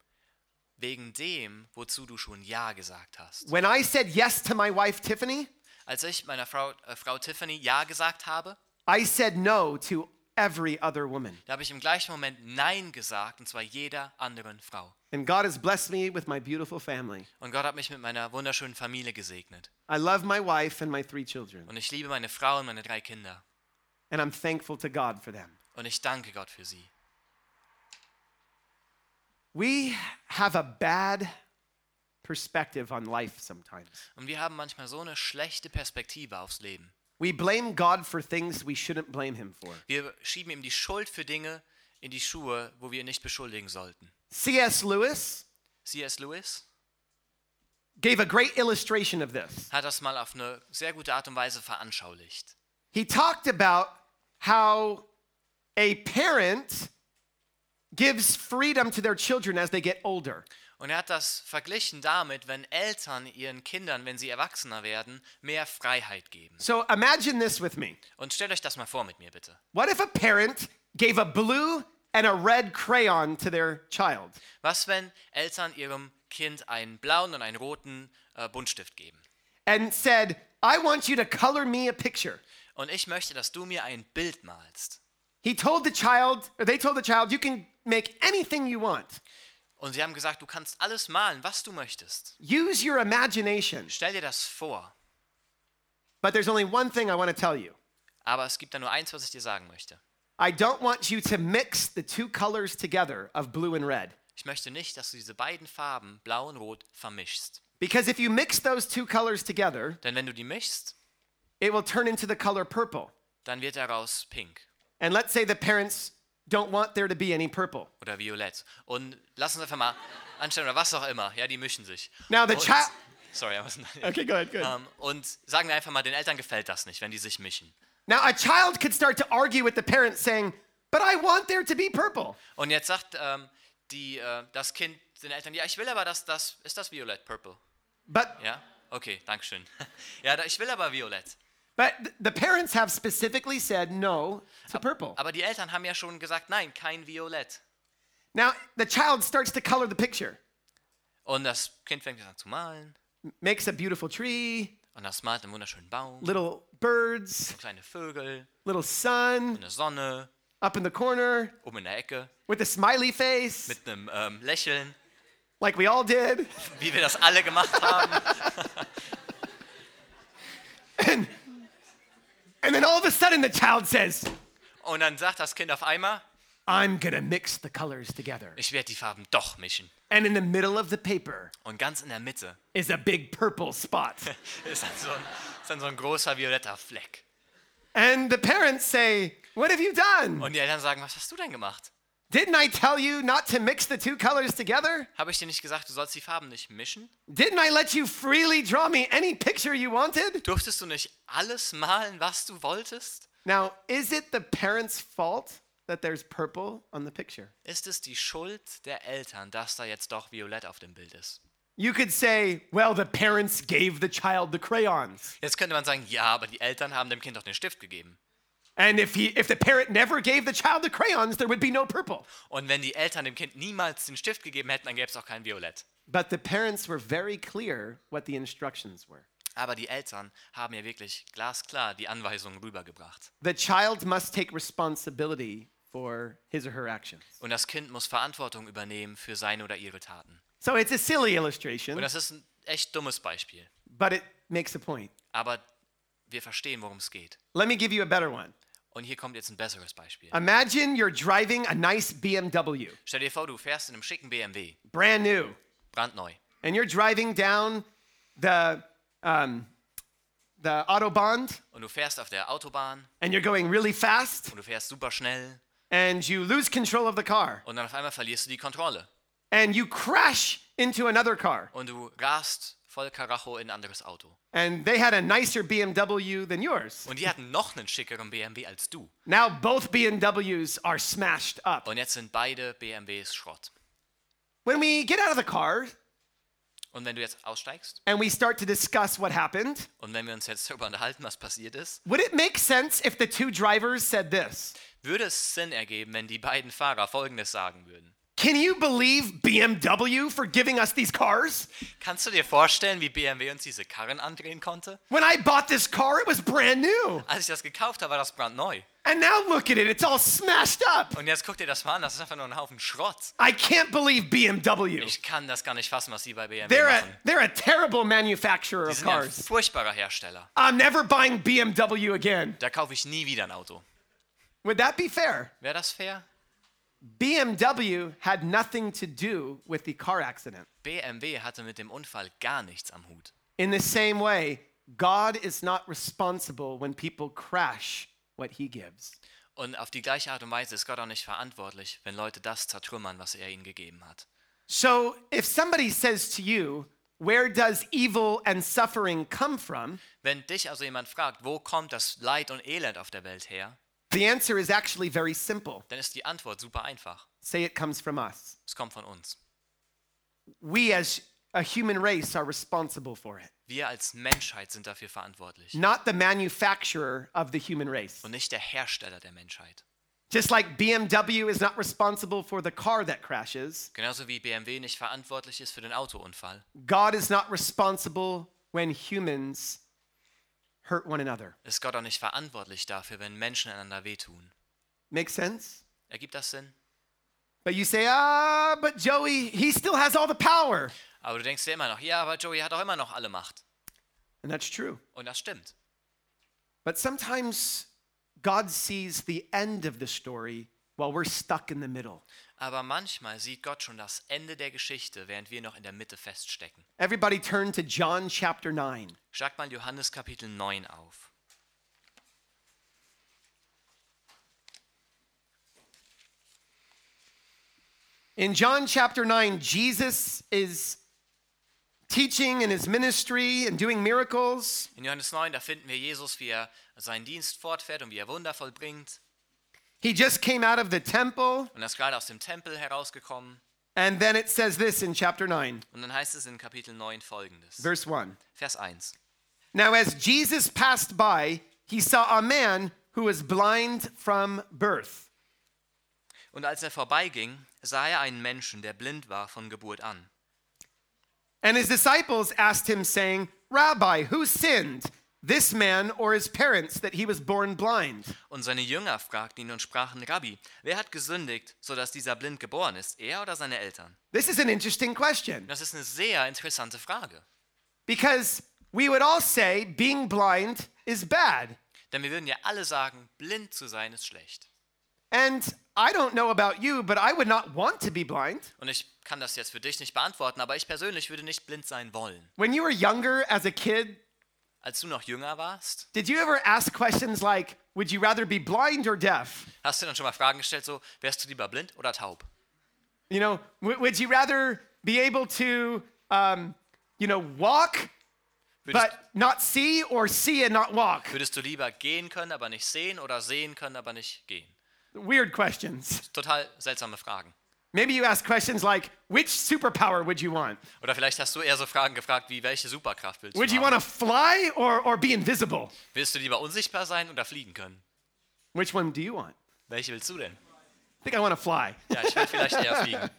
Wegen dem, wozu du schon Ja gesagt hast.
When I said yes to my wife, Tiffany,
Als ich meiner Frau, äh, Frau Tiffany Ja gesagt habe,
I said no to every other woman.
da habe ich im gleichen Moment Nein gesagt, und zwar jeder anderen Frau.
And God has blessed me with my beautiful family.
Und Gott hat mich mit meiner wunderschönen Familie gesegnet.
I love my wife and my three children,
Und ich liebe meine Frau und meine drei Kinder.
and I'm thankful to God for them.
Und ich danke Gott für sie.
We have a bad perspective on life sometimes.
Und wir haben manchmal so eine schlechte Perspektive aufs Leben.
We blame God for things we shouldn't blame him for.
Wir schieben ihm die Schuld für Dinge in die Schuhe, wo wir ihn nicht beschuldigen sollten.
C.S. Lewis
C.S. Lewis
gave a great illustration of this.
hat das mal auf eine sehr gute Art und Weise veranschaulicht.
He talked about how a parent gives freedom to their children as they get older.
Und er hat das verglichen damit, wenn Eltern ihren Kindern, wenn sie erwachsener werden, mehr Freiheit geben.
So imagine this with me.
Und stellt euch das mal vor mit mir bitte.
What if a parent gave a blue and a red crayon to their child?
Was, wenn Eltern ihrem Kind einen blauen und einen roten äh, Buntstift geben?
and said, I want you to color me a picture.
Und ich möchte, dass du mir ein Bild malst.
He told the child, or they told the child, you can make anything you want.
Und sie haben gesagt, du kannst alles malen, was du möchtest.
Use your imagination.
Stell dir das vor.
But there's only one thing I want to tell you
Aber es gibt da nur eins, was ich dir sagen möchte.
I don't want you to mix the two colors together of blue and red.
Ich möchte nicht, dass du diese beiden Farben, blau und rot, vermischst.
Because if you mix those two colors together,
Denn wenn du die mischst,
it will turn into the color purple.
dann wird daraus pink.
And let's say the parents don't want there to be any purple.
oder violett. Und lass uns einfach mal anstellen oder was auch immer. Ja, die mischen sich.
Now the
und,
child.
Sorry, I wasn't.
Okay, go ahead, go ahead.
Ähm, und sagen wir einfach mal, den Eltern gefällt das nicht, wenn die sich mischen.
Now a child could start to argue with the parents saying, But I want there to be purple.
Und jetzt sagt ähm, die, äh, das Kind den Eltern, ja, ich will aber, dass das, ist das violett, purple?
But
Ja? Okay, danke schön. ja, da, ich will aber violett.
But th- the parents have specifically said no to purple.
Aber die Eltern haben ja schon gesagt, nein, kein Violett.
Now the child starts to color the picture,
Und das Kind fängt an zu malen.
makes a beautiful tree,
Und das malt einen wunderschönen Baum,
little birds,
kleine Vögel,
little sun
eine Sonne,
up in the corner
oben in der Ecke,
with a smiley face,
mit einem ähm, Lächeln,
like we all did.
wie wir das alle gemacht haben.
And then all of a sudden the child says,
Und dann sagt das Kind auf einmal,
I'm gonna mix the colors together.
ich werde die Farben doch mischen.
And in the middle of the paper
Und ganz in der Mitte
is a big purple spot.
ist dann so ein, ist dann so ein großer violetter Fleck.
and the parents say, What have you done?
Und die Eltern sagen, was hast du denn gemacht?
Didn't I tell you not to mix the two colors together?
Habe ich dir nicht gesagt, du sollst die Farben nicht mischen?
Didn't I let you freely draw me any picture you wanted?
Durftest du nicht alles malen, was du wolltest?
Now, is it the parents' fault that there's purple on the picture?
Ist es die Schuld der Eltern, dass da jetzt doch Violett auf dem Bild ist?
You could say, well, the parents gave the child the crayons.
Jetzt könnte man sagen, ja, aber die Eltern haben dem Kind doch den Stift gegeben.
And if he if the parent never gave the child the crayons, there would be no purple.
Und wenn die Eltern dem Kind niemals den Stift gegeben hätten, dann gäbe es auch kein Violett.
But the parents were very clear what the instructions were.
Aber die Eltern haben ja wirklich glasklar die Anweisungen rübergebracht.
The child must take responsibility for his or her actions.
Und das Kind muss Verantwortung übernehmen für seine oder ihre Taten.
So it's a silly
Und
illustration,
das ist ein echt dummes Beispiel.
but it makes a point.
Aber wir verstehen, worum es geht.
Let me give you a better one.
Und hier kommt jetzt ein besseres Beispiel.
Imagine you're driving a nice BMW,
Stell dir vor, du fährst in einem schicken BMW,
brand new,
brandneu.
and you're driving down the um, the autobahn,
Und du fährst auf der Autobahn
and you're going really fast,
und du fährst super schnell.
and you lose control of the car,
Und dann auf einmal verlierst du die Kontrolle.
and you crash into another car,
Und du rast voll Karacho in ein anderes Auto.
and they had a nicer BMW than yours.
Und die hatten noch einen schickeren BMW als du.
Now both BMWs are smashed up.
Und jetzt sind beide BMWs Schrott.
When we get out of the car
Und wenn du jetzt aussteigst
and we start to discuss what happened,
und wenn wir uns jetzt darüber unterhalten, was passiert ist,
would it make sense if the two drivers said this?
würde es Sinn ergeben, wenn die beiden Fahrer Folgendes sagen würden.
Can you believe BMW for giving us these cars?
Kannst du dir vorstellen, wie BMW uns diese Karren andrehen konnte?
When I bought this car, it was brand new.
Als ich das gekauft habe, war das brandneu.
And now look at it, it's all smashed up.
Und jetzt guck dir das mal an, das ist einfach nur ein Haufen Schrott.
I can't believe BMW.
Ich kann das gar nicht fassen, was sie bei BMW
They're a,
machen.
they're a terrible manufacturer
Die
of
sind ja ein
cars.
furchtbarer Hersteller.
I'm never buying BMW again.
Da kaufe ich nie wieder ein Auto.
Would that be fair?
Wäre das fair?
BMW had nothing to do with the car accident.
BMW hatte mit dem Unfall gar nichts am Hut.
In the same way, God is not responsible when people crash what he gives.
Und auf die gleiche Art und Weise ist Gott auch nicht verantwortlich, wenn Leute das zertrümmern, was er ihnen gegeben hat.
So if somebody says to you, where does evil and suffering come from?
Wenn dich also jemand fragt, wo kommt das Leid und Elend auf der Welt her,
The answer is actually very simple.
dann ist die Antwort super einfach.
Say it comes from us.
Es kommt von uns.
We as a human race are responsible for it,
Wir als Menschheit sind dafür verantwortlich
not the manufacturer of the human race.
und nicht der Hersteller der Menschheit.
Just like BMW is not responsible for the car that crashes,
Genauso wie BMW nicht verantwortlich ist für den Autounfall,
God is not responsible when humans hurt one another.
ist Gott auch nicht verantwortlich dafür, wenn Menschen einander wehtun.
Make sense?
Ergibt das Sinn?
But you say, ah, but Joey, he still has all the power.
Aber du denkst dir immer noch, ja, aber Joey hat auch immer noch alle Macht.
And that's true.
Und das stimmt.
But sometimes God sees the end of the story while we're stuck in the middle.
Aber manchmal sieht Gott schon das Ende der Geschichte, während wir noch in der Mitte feststecken.
Everybody turn to John chapter 9.
Schlag mal Johannes Kapitel 9 auf.
In John chapter 9, Jesus is teaching in his ministry and doing miracles.
In Johannes 9, da finden wir Jesus, wie er seinen Dienst fortfährt und wie er Wunder vollbringt.
He just came out of the temple.
Und er ist gerade aus dem Tempel herausgekommen.
And then it says this in chapter 9,
Und dann heißt es in Kapitel 9 folgendes.
verse 1.
Vers 1.
Now, as Jesus passed by, he saw a man who was blind from birth.
Und als er vorbeiging, sah er einen Menschen, der blind war von Geburt an.
And his disciples asked him, saying, Rabbi, who sinned, this man or his parents, that he was born blind?
Und seine Jünger fragten ihn und sprachen, Rabbi, wer hat gesündigt, sodass dieser blind geboren ist, er oder seine Eltern?
This is an interesting question
Das ist eine sehr interessante Frage.
because we would all say being blind is bad.
Denn wir würden ja alle sagen, blind zu sein ist schlecht.
And I don't know about you, but I would not want to be blind.
Und ich kann das jetzt für dich nicht beantworten, aber ich persönlich würde nicht blind sein wollen.
When you were younger as a kid,
Als du noch jünger warst,
did you ever ask questions like, would you rather be blind or deaf?
hast du dann schon mal Fragen gestellt, so, wärst du lieber blind oder taub?
You know, w- would you rather be able to, um, you know, walk
Würdest,
but not see or see and not walk?
würdest du lieber gehen können, aber nicht sehen oder sehen können, aber nicht gehen?
Weird questions.
Total seltsame Fragen.
Maybe you ask questions like, which superpower would you want?
Oder vielleicht hast du eher so Fragen gefragt wie, welche Superkraft willst du
Would you want
haben?
to fly or, or be invisible?
Willst du lieber unsichtbar sein oder fliegen können?
Which one do you want?
Welche willst du denn?
I think I want to fly.
Ja, ich will vielleicht eher fliegen.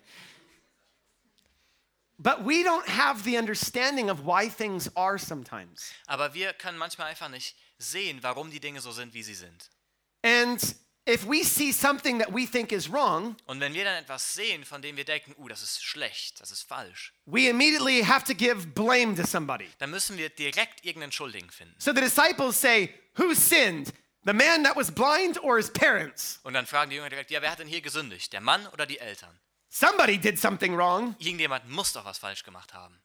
But we don't have the understanding of why things are sometimes.
Aber wir können manchmal einfach nicht sehen, warum die Dinge so sind, wie sie sind.
And if we see something that we think is wrong,
Und wenn wir dann etwas sehen, von dem wir denken, uh, das ist schlecht, das ist falsch,
we immediately have to give blame to somebody.
dann müssen wir direkt irgendeinen Schuldigen finden.
So the disciples say, Who sinned? The man that was blind or his parents?
Und dann fragen die Jünger direkt, ja, wer hat denn hier gesündigt? Der Mann oder die Eltern?
Somebody did something wrong.
Irgendjemand muss doch was falsch gemacht haben.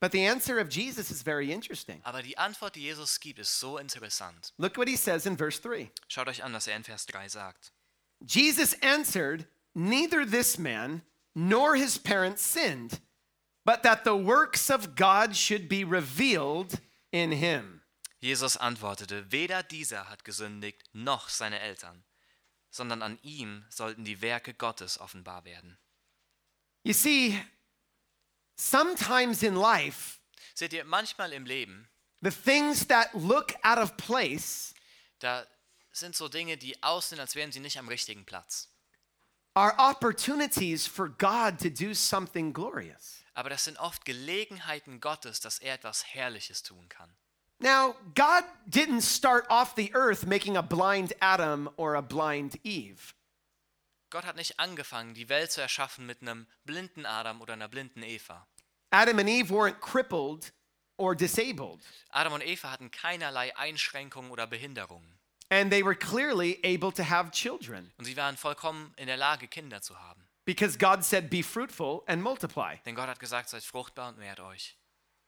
But the answer of Jesus is very interesting.
Aber die Antwort, die Jesus gibt, ist so interessant.
Look what he says in verse 3.
Schaut euch an, was er in Vers 3 sagt.
Jesus answered, Neither this man nor his parents sinned, but that the works of God should be revealed in him.
Jesus antwortete, weder dieser hat gesündigt, noch seine Eltern, sondern an ihm sollten die Werke Gottes offenbar werden.
You see, sometimes in life,
Seht ihr, manchmal im Leben,
the things that look out of place
da sind so Dinge, die aussehen, als wären sie nicht am richtigen Platz.
are opportunities for God to do something glorious.
Aber das sind oft Gelegenheiten Gottes, dass er etwas Herrliches tun kann.
Now, God didn't start off the earth making a blind Adam or a blind Eve.
Gott hat nicht angefangen, die Welt zu erschaffen mit einem blinden Adam oder einer blinden Eva.
Adam and Eve weren't crippled or disabled,
Adam und Eva hatten keinerlei Einschränkungen oder Behinderungen.
and they were clearly able to have children
Und sie waren vollkommen in der Lage, Kinder zu haben.
because God said, Be fruitful and multiply.
Denn Gott hat gesagt, seid fruchtbar und mehrt euch.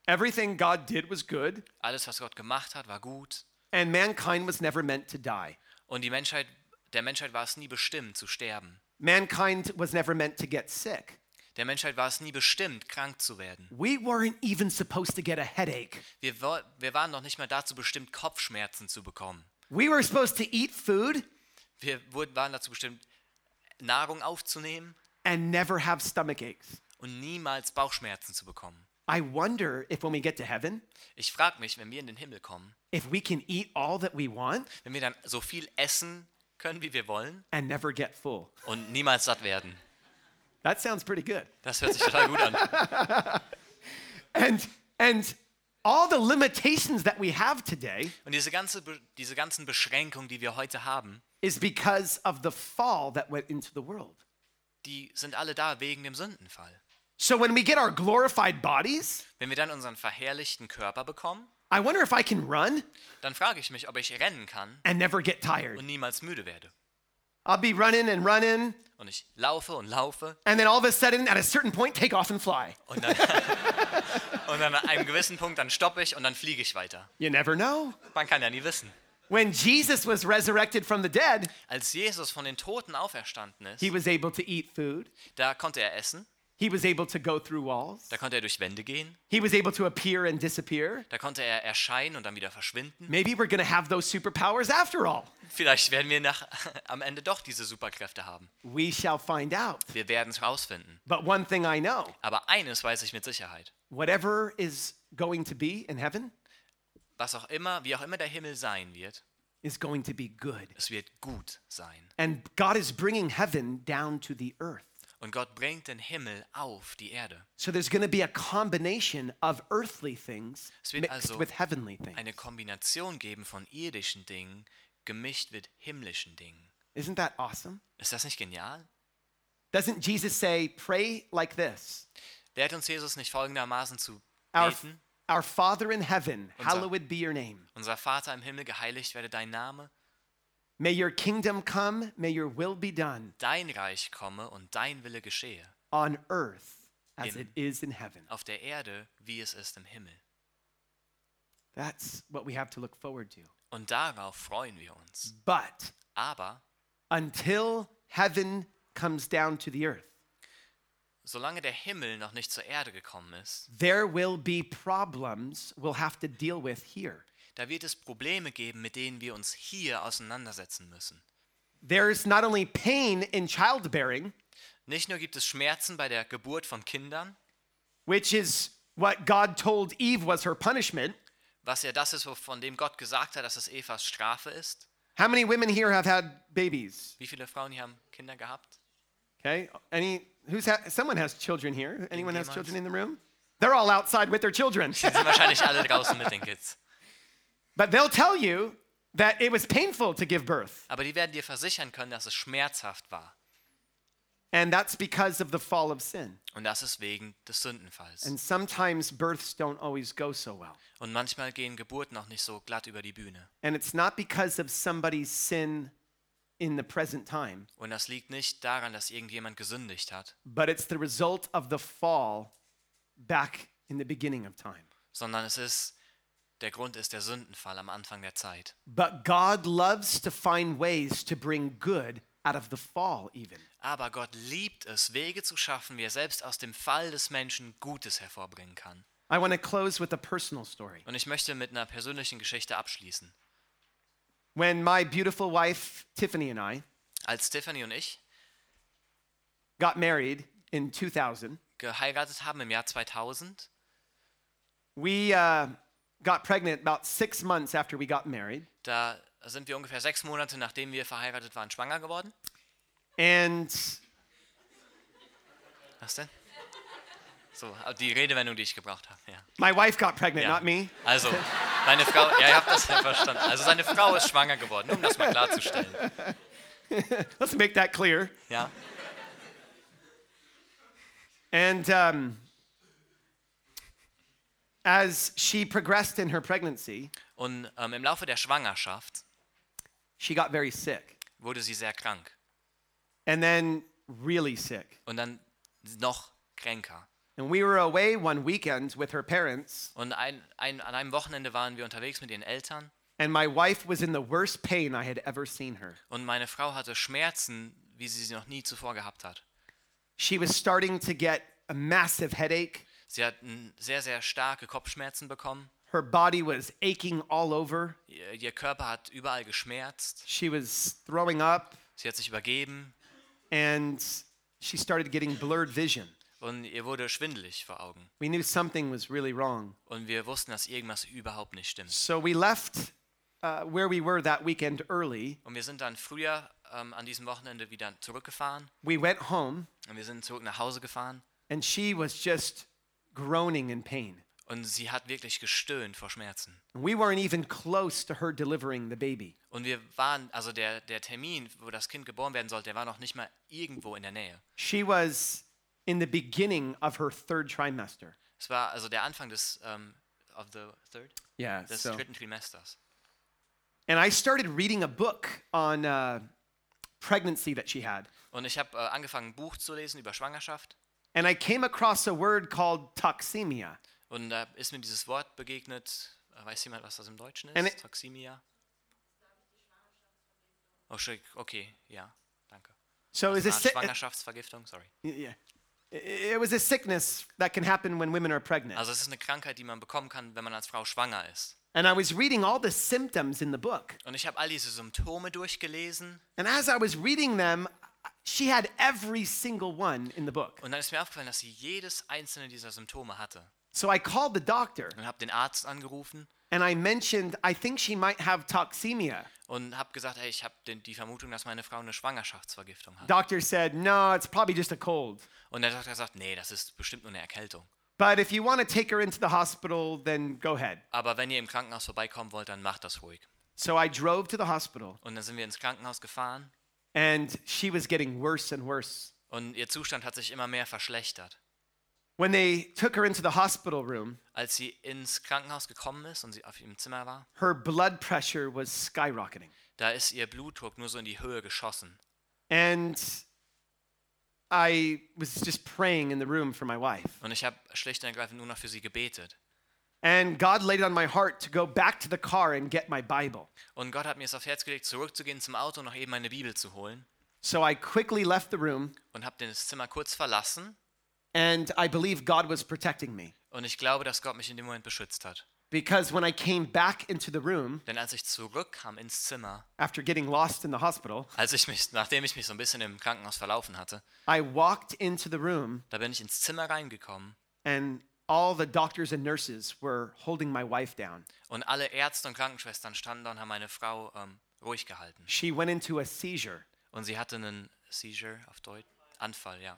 Everything God did was good,
Alles, was Gott gemacht hat, war gut.
and mankind was never meant to die.
Und die Menschheit, der Menschheit war es nie bestimmt zu sterben.
Mankind was never meant to get sick.
Der Menschheit war es nie bestimmt, krank zu werden.
We weren't even supposed to get a headache.
Wir, wo- wir waren noch nicht mal dazu bestimmt, Kopfschmerzen zu bekommen.
We were supposed to eat food
Wir wurden, waren dazu bestimmt, Nahrung aufzunehmen
and never have stomach aches.
und niemals Bauchschmerzen zu bekommen.
I wonder if when we get to heaven,
Ich frage mich, wenn wir in den Himmel kommen,
if we can eat all that we want
wenn wir dann so viel essen können, wie wir wollen
and never get full.
und niemals satt werden.
That sounds pretty good.
Das hört sich total gut an.
And and all the limitations that we have today
Und diese, ganze, Be- diese ganzen Beschränkungen, die wir heute haben,
is because of the fall that went into the world.
die sind alle da wegen dem Sündenfall.
So when we get our glorified bodies,
Wenn wir dann unseren verherrlichten Körper bekommen,
I wonder if I can run
dann frage ich mich, ob ich rennen kann
and never get tired.
und niemals müde werde.
I'll be running and running
Und ich laufe und laufe
and then all of a sudden at a certain point take off and fly.
und dann, und dann an einem gewissen Punkt, dann stoppe ich und dann fliege ich weiter.
You never know.
Man kann ja nie wissen.
When Jesus was resurrected from the dead,
Als Jesus von den Toten auferstanden ist,
he was able to eat food.
da konnte er essen,
He was able to go through walls.
da konnte er durch Wände gehen,
He was able to appear and disappear.
da konnte er erscheinen und dann wieder verschwinden.
Maybe we're going to have those superpowers after all.
Vielleicht werden wir nach, am Ende doch diese Superkräfte haben.
We shall find out.
Wir werden es rausfinden.
But one thing I know
Aber eines weiß ich mit Sicherheit.
whatever is going to be in heaven,
Was auch immer, wie auch immer der Himmel sein wird,
is going to be good.
Es wird gut sein.
And God is bringing heaven down to the earth.
Und Gott bringt den Himmel auf die Erde.
So there's going to be a combination of earthly things
Es wird
mixed
also
with heavenly things.
Eine Kombination geben von irdischen Dingen, gemischt mit himmlischen Dingen.
Isn't that awesome?
Ist das nicht genial?
Doesn't Jesus say, pray like this?
Lehrt uns Jesus nicht folgendermaßen zu
Our,
beten?
our Father in heaven,
Unser-
hallowed be your name.
Unser Vater im Himmel, geheiligt werde dein Name,
May your kingdom come, may your will be done
dein Reich komme und dein Wille geschehe,
on earth as
In-
it
Oh.
is in heaven.
auf der Erde, wie es ist im Himmel.
That's what we have to look forward to.
Und darauf freuen wir uns.
But
Aber
until heaven comes down to the earth,
solange der Himmel noch nicht zur Erde gekommen ist,
there will be problems we'll have to deal with here.
da wird es Probleme geben, mit denen wir uns hier auseinandersetzen müssen.
There's not only pain in childbearing,
Nicht nur gibt es Schmerzen bei der Geburt von Kindern,
which is what God told Eve was her punishment.
was ja das ist, von dem Gott gesagt hat, dass es Evas Strafe ist.
How many women here have had babies?
Wie viele Frauen hier haben Kinder gehabt?
Okay. Any who's ha- someone has children here? Anyone has
Anyone?
children in the room? They're all outside with their children.
Die sind wahrscheinlich alle draußen mit den Kids.
but they'll tell you that it was painful to give birth,
Aber die werden dir versichern können, dass es schmerzhaft war.
and that's because of the fall of sin.
Und das ist wegen des Sündenfalls.
And sometimes births don't always go so well.
Und manchmal gehen Geburten auch nicht so glatt über die Bühne.
And it's not because of somebody's sin in the present time,
Und das liegt nicht daran, dass irgendjemand gesündigt hat,
but it's the result of the fall back in the beginning of time.
sondern es ist, der Grund ist der Sündenfall am Anfang der Zeit.
But God loves to find ways to bring good out of the fall, even.
Aber Gott liebt es, Wege zu schaffen, wie er selbst aus dem Fall des Menschen Gutes hervorbringen kann.
I want to close with a personal story.
Und ich möchte mit einer persönlichen Geschichte abschließen.
When my beautiful wife, Tiffany, and I
Als Stephanie und ich
got married in 2000,
geheiratet haben im Jahr 2000,
we uh, got pregnant about six months after we got married.
da sind wir ungefähr sechs Monate nachdem wir verheiratet waren schwanger geworden.
And
Was denn? So, die Redewendung, die ich gebraucht habe, ja.
my wife got pregnant,
Ja.
not me.
Also, meine Frau, ja, ihr habt das ja verstanden. Also, seine Frau ist schwanger geworden, um das mal klarzustellen.
Let's make that clear.
Ja.
And um, as she progressed in her pregnancy,
Und ähm, im Laufe der Schwangerschaft
she got very sick
wurde sie sehr krank
and then really sick.
und dann noch kränker.
And we were away one weekend with her parents,
Und ein, ein, an einem Wochenende waren wir unterwegs mit ihren Eltern
and my wife was in the worst pain I had ever seen her.
und meine Frau hatte Schmerzen, wie sie sie noch nie zuvor gehabt hat.
She was starting to get a massive headache.
Sie hat n- sehr, sehr starke Kopfschmerzen bekommen.
Her body was aching all over.
Ihr, ihr Körper hat überall geschmerzt.
She was throwing up,
Sie hat sich übergeben
and she started getting blurred vision.
und ihr wurde schwindelig vor Augen.
We knew something was really wrong.
Und wir wussten, dass irgendwas überhaupt nicht stimmt.
So we left uh, where we were that weekend early.
Und wir sind dann früher ähm, an diesem Wochenende wieder zurückgefahren
We went home,
und wir sind zurück nach Hause gefahren
and she was just groaning in pain.
und sie hat wirklich gestöhnt vor Schmerzen.
And We weren't even close to her delivering the baby.
Und wir waren, also der, der Termin, wo das Kind geboren werden sollte, der war noch nicht mal irgendwo in der Nähe.
She was in the beginning of her third trimester.
Es war also der Anfang des, ähm, of the third,
Yeah.
des dritten Trimesters.
And I started reading a book on uh, pregnancy that she had.
Und ich habe äh, angefangen, ein Buch zu lesen über Schwangerschaft.
And I came across a word called toxemia.
Und da ist mir dieses Wort begegnet. Äh, Weiß jemand, was das im Deutschen
Eine-
ist? Toxemia. Oh, schick. Okay, ja. Danke.
So it was a
Ah,
si-
Schwangerschaftsvergiftung, sorry.
yeah. It it was a sickness that can happen when women are pregnant.
Also es ist eine Krankheit, die man bekommen kann, wenn man als Frau schwanger ist.
And I was reading all the symptoms in the book.
Und ich habe all diese Symptome durchgelesen
And as I was reading them, she had every single one in the book.
und dann ist mir aufgefallen, dass sie jedes einzelne dieser Symptome hatte.
So I called the doctor
Und habe den Arzt angerufen
and I mentioned, I think she might have toxemia.
und habe gesagt, hey, ich habe den- die Vermutung, dass meine Frau eine Schwangerschaftsvergiftung hat.
Doctor said, no, it's probably just a cold.
Und der Doktor sagt, nee, das ist bestimmt nur eine Erkältung.
But if you want to take her into the hospital, then go ahead.
Aber wenn ihr im Krankenhaus vorbeikommen wollt, dann macht das ruhig.
So I drove to the hospital,
Und dann sind wir ins Krankenhaus gefahren
and she was getting worse and worse.
und ihr Zustand hat sich immer mehr verschlechtert.
When they took her into the hospital room,
Als sie ins Krankenhaus gekommen ist und sie auf ihrem Zimmer war,
her blood pressure was skyrocketing.
da ist ihr Blutdruck nur so in die Höhe geschossen.
And I was just praying in the room for my wife.
Und ich habe schlicht und ergreifend nur noch für sie gebetet.
And God laid it on my heart to go back to the car and get my Bible.
Und Gott hat mir es aufs Herz gelegt, zurückzugehen zum Auto und noch eben meine Bibel zu holen.
So I quickly left the room,
Und habe das Zimmer kurz verlassen.
and I believe God was protecting me.
Und ich glaube, dass Gott mich in dem Moment beschützt hat.
Because when I came back into the room
Denn als ich zurückkam ins Zimmer,
after getting lost in the hospital,
als ich mich, nachdem ich mich so ein bisschen im Krankenhaus verlaufen hatte,
I walked into the room
da bin ich ins Zimmer reingekommen
and all the doctors and nurses were holding my wife down.
und alle Ärzte und Krankenschwestern standen da und haben meine Frau ähm, ruhig gehalten.
She went into a seizure
Und sie hatte einen Seizure auf Deutsch, Anfall, ja.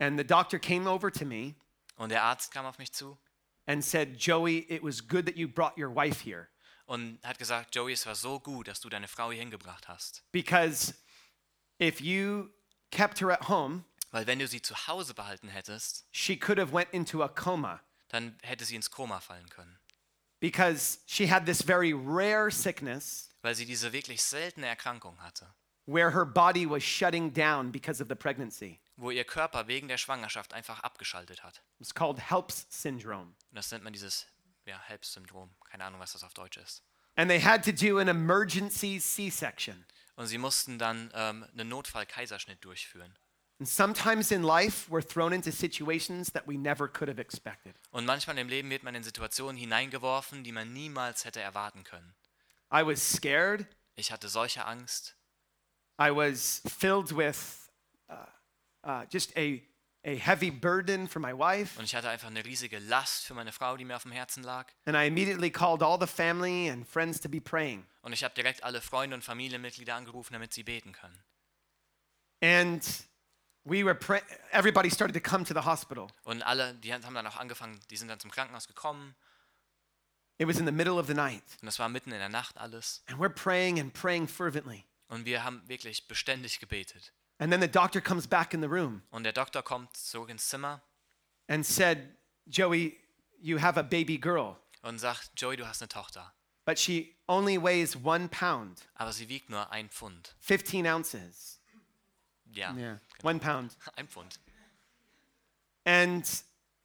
and the doctor came over to me
Und der Arzt kam auf mich zu
and said, "Joey, it was good that you brought your wife here
und hat gesagt, Joey, es war so gut, dass du deine Frau hier hingebracht hast.
because if you kept her at home,
Weil wenn du sie zu Hause behalten hättest,
she could have went into a coma
dann hätte sie ins Koma fallen können.
because she had this very rare sickness
Weil sie diese wirklich seltene Erkrankung hatte,
where her body was shutting down because of the pregnancy.
wo ihr Körper wegen der Schwangerschaft einfach abgeschaltet hat.
It's called HELPS syndrome.
Und das nennt man dieses ja, Helps-Syndrom. Keine Ahnung, was das auf Deutsch ist.
And they had to do an emergency C section.
Und sie mussten dann ähm, einen Notfall-Kaiserschnitt durchführen.
And sometimes in life, we're thrown into situations that we never could have expected.
Und manchmal im Leben wird man in Situationen hineingeworfen, die man niemals hätte erwarten können.
I was scared.
Ich hatte solche Angst.
I was filled with uh, uh, just a, a heavy burden for my wife.
Und ich hatte einfach eine riesige Last für meine Frau, die mir auf dem Herzen lag.
And I immediately called all the family and friends to be praying.
Und ich habe direkt alle Freunde und Familienmitglieder angerufen, damit sie beten können.
And we were pray- everybody started to come to the hospital.
Und alle, die haben dann auch angefangen, die sind dann zum Krankenhaus gekommen.
It was in the middle of the night.
Und das war mitten in der Nacht alles.
And we're praying and praying fervently.
Und wir haben wirklich beständig gebetet.
And then the doctor comes back in the room
Und der Doktor kommt zurück ins Zimmer
and said, Joey, you have a baby girl,
und sagt, Joey, du hast eine Tochter.
but she only weighs one pound,
Aber sie wiegt nur ein Pfund.
15 ounces.
Ja,
Yeah, one pound.
ein Pfund.
And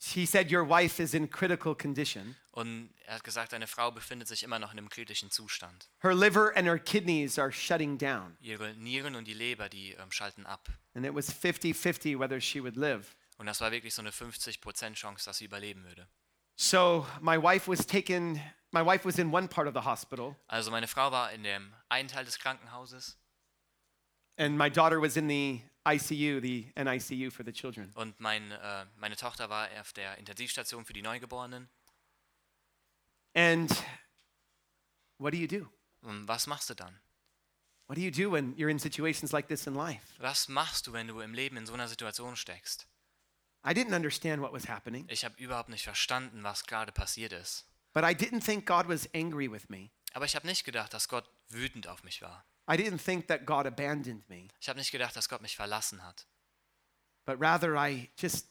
he said, Your wife is in critical condition.
Und er hat gesagt, deine Frau befindet sich immer noch in einem kritischen Zustand.
Her liver and her kidneys are shutting down.
Ihre Nieren und die Leber, die ähm, schalten ab.
And it was 50 50 whether she would live.
Und das war wirklich so eine 50% Chance, dass sie überleben würde.
So my wife was taken, my wife was in one part of the hospital,
Also meine Frau war in dem einen Teil des Krankenhauses
and my daughter was in the ICU, the NICU for the children.
und mein, äh, meine Tochter war auf der Intensivstation für die Neugeborenen.
And what do you do?
Und was machst du dann?
What do you do when you're in situations like this in life?
Was machst du, wenn du im Leben in so einer Situation steckst?
I didn't understand what was happening,
Ich habe überhaupt nicht verstanden, was gerade passiert ist.
but I didn't think God was angry with me.
Aber ich habe nicht gedacht, dass Gott wütend auf mich war.
I didn't think that God abandoned me,
Ich habe nicht gedacht, dass Gott mich verlassen hat.
but rather I just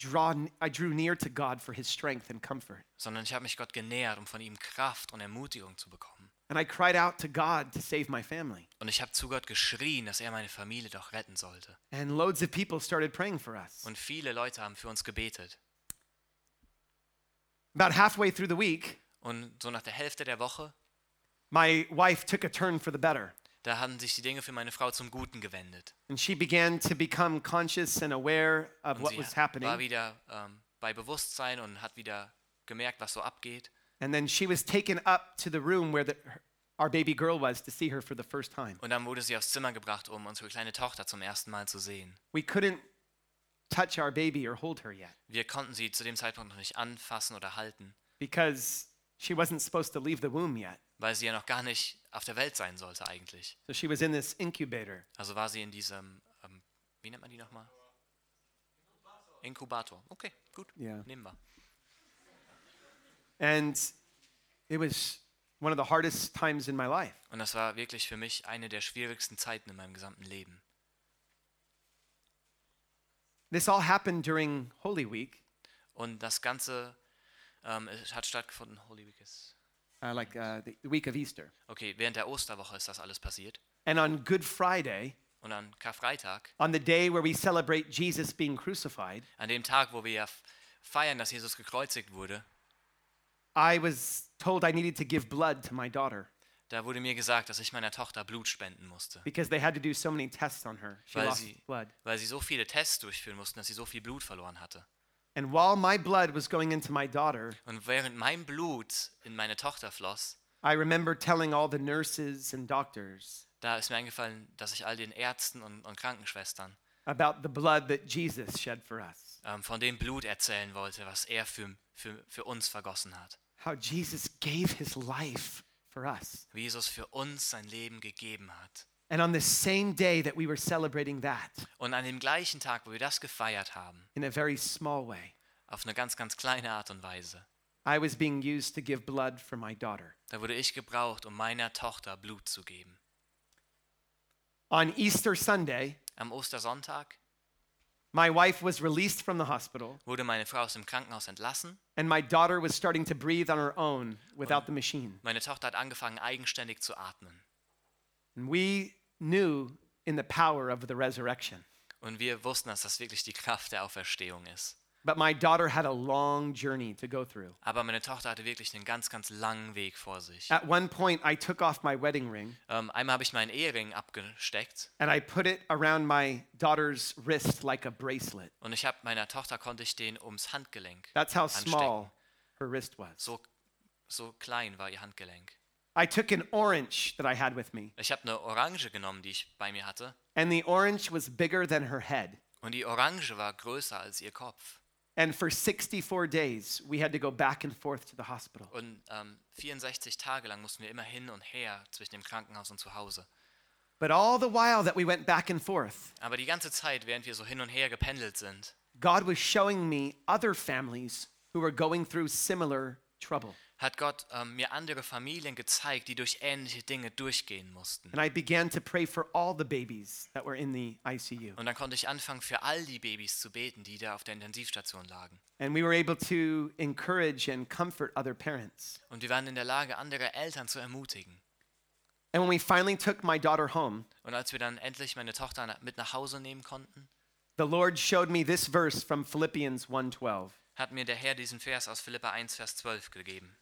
draw, I drew near to God for his strength and comfort.
sondern ich habe mich Gott genähert, um von ihm Kraft und Ermutigung zu bekommen.
And I cried out to God to save my family.
Und ich habe zu Gott geschrien, dass er meine Familie doch retten sollte.
And loads of people started praying for us.
Und viele Leute haben für uns gebetet.
About halfway through the week,
Und so nach der Hälfte der Woche,
my wife took a turn for the better,
da haben sich die Dinge für meine Frau zum Guten gewendet.
and she began to become conscious and aware of
Und
what
sie
was
war
happening.
wieder ähm, bei Bewusstsein und hat wieder gemerkt, was so abgeht.
And then she was taken up to the room where the, her- our baby girl was to see her for the first time.
Und dann wurde sie aufs Zimmer gebracht, um unsere kleine Tochter zum ersten Mal zu sehen.
We couldn't touch our baby or hold her yet
Wir konnten sie zu dem Zeitpunkt noch nicht anfassen oder halten,
because she wasn't supposed to leave the womb yet.
weil sie ja noch gar nicht auf der Welt sein sollte eigentlich.
So she was in this incubator.
Also war sie in diesem, ähm, wie nennt man die nochmal? Inkubator. Okay, gut.
Ja.
Nehmen wir.
And it was one of the hardest times in my life.
Und das war wirklich für mich eine der schwierigsten Zeiten in meinem gesamten Leben.
This all happened during Holy Week,
Und das Ganze ähm, es hat stattgefunden, Holy Week ist.
uh, like uh, the the week of Easter.
Okay, während der Osterwoche ist das alles passiert.
And on Good Friday,
Und an Karfreitag,
on the day where we celebrate Jesus being crucified,
an dem Tag, wo wir ja f- feiern, dass Jesus gekreuzigt wurde,
I was told I needed to give blood to my daughter
da wurde mir gesagt, dass ich meiner Tochter Blut spenden musste,
because they had to do so many tests on her. She
Weil
lost
sie-
blood.
weil sie so viele Tests durchführen mussten, dass sie so viel Blut verloren hatte.
And while my blood was going into my daughter,
Und während mein Blut in meine Tochter floss,
I remember telling all the nurses and doctors
da ist mir eingefallen, dass ich all den Ärzten und, und Krankenschwestern
about the blood that Jesus shed for us.
ähm, von dem Blut erzählen wollte, was er für, für, für uns vergossen hat.
How Jesus gave his life for us.
Wie Jesus für uns sein Leben gegeben hat.
And on the same day that we were celebrating that,
Und an dem gleichen Tag, wo wir das gefeiert haben,
in a very small way,
auf eine ganz, ganz kleine Art und Weise,
I was being used to give blood for my daughter.
da wurde ich gebraucht, um meiner Tochter Blut zu geben.
On Easter Sunday,
Am Ostersonntag
my wife was released from the hospital,
wurde meine Frau aus dem Krankenhaus entlassen.
and my daughter was starting to breathe on her own without the machine.
Meine Tochter hat angefangen, eigenständig zu atmen.
And we knew in the power of the resurrection.
Und wir wussten, dass das wirklich die Kraft der Auferstehung ist.
But my daughter had a long journey to go through.
Aber meine Tochter hatte wirklich einen ganz, ganz langen Weg vor sich.
At one point, I took off my wedding ring
Ähm, einmal habe ich meinen Ehering abgesteckt
and I put it around my daughter's wrist like a bracelet.
und ich habe meiner Tochter konnte ich den ums Handgelenk
That's how
anstecken.
small her wrist was.
So, so klein war ihr Handgelenk.
I took an orange that I had with me,
Ich habe eine Orange genommen, die ich bei mir hatte,
and the orange was bigger than her head.
und die Orange war größer als ihr Kopf.
And for 64 days, we had to go back and forth to the hospital.
Und ähm, 64 Tage lang mussten wir immer hin und her zwischen dem Krankenhaus und zu Hause.
But all the while that we went back and forth,
Aber die ganze Zeit, während wir so hin und her gependelt sind,
God was showing me other families who were going through similar trouble.
hat Gott ähm, mir andere Familien gezeigt, die durch ähnliche Dinge durchgehen mussten.
And I began to pray for all the babies that were in the ICU.
Und dann konnte ich anfangen, für all die Babys zu beten, die da auf der Intensivstation lagen.
And we were able to encourage and comfort other parents.
Und wir waren in der Lage, andere Eltern zu ermutigen.
And when we finally took my daughter home,
Und als wir dann endlich meine Tochter na- mit nach Hause nehmen konnten,
the Lord showed me this verse from Philippians 1:12.
hat mir der Herr diesen Vers aus Philippa 1, Vers 12 gegeben.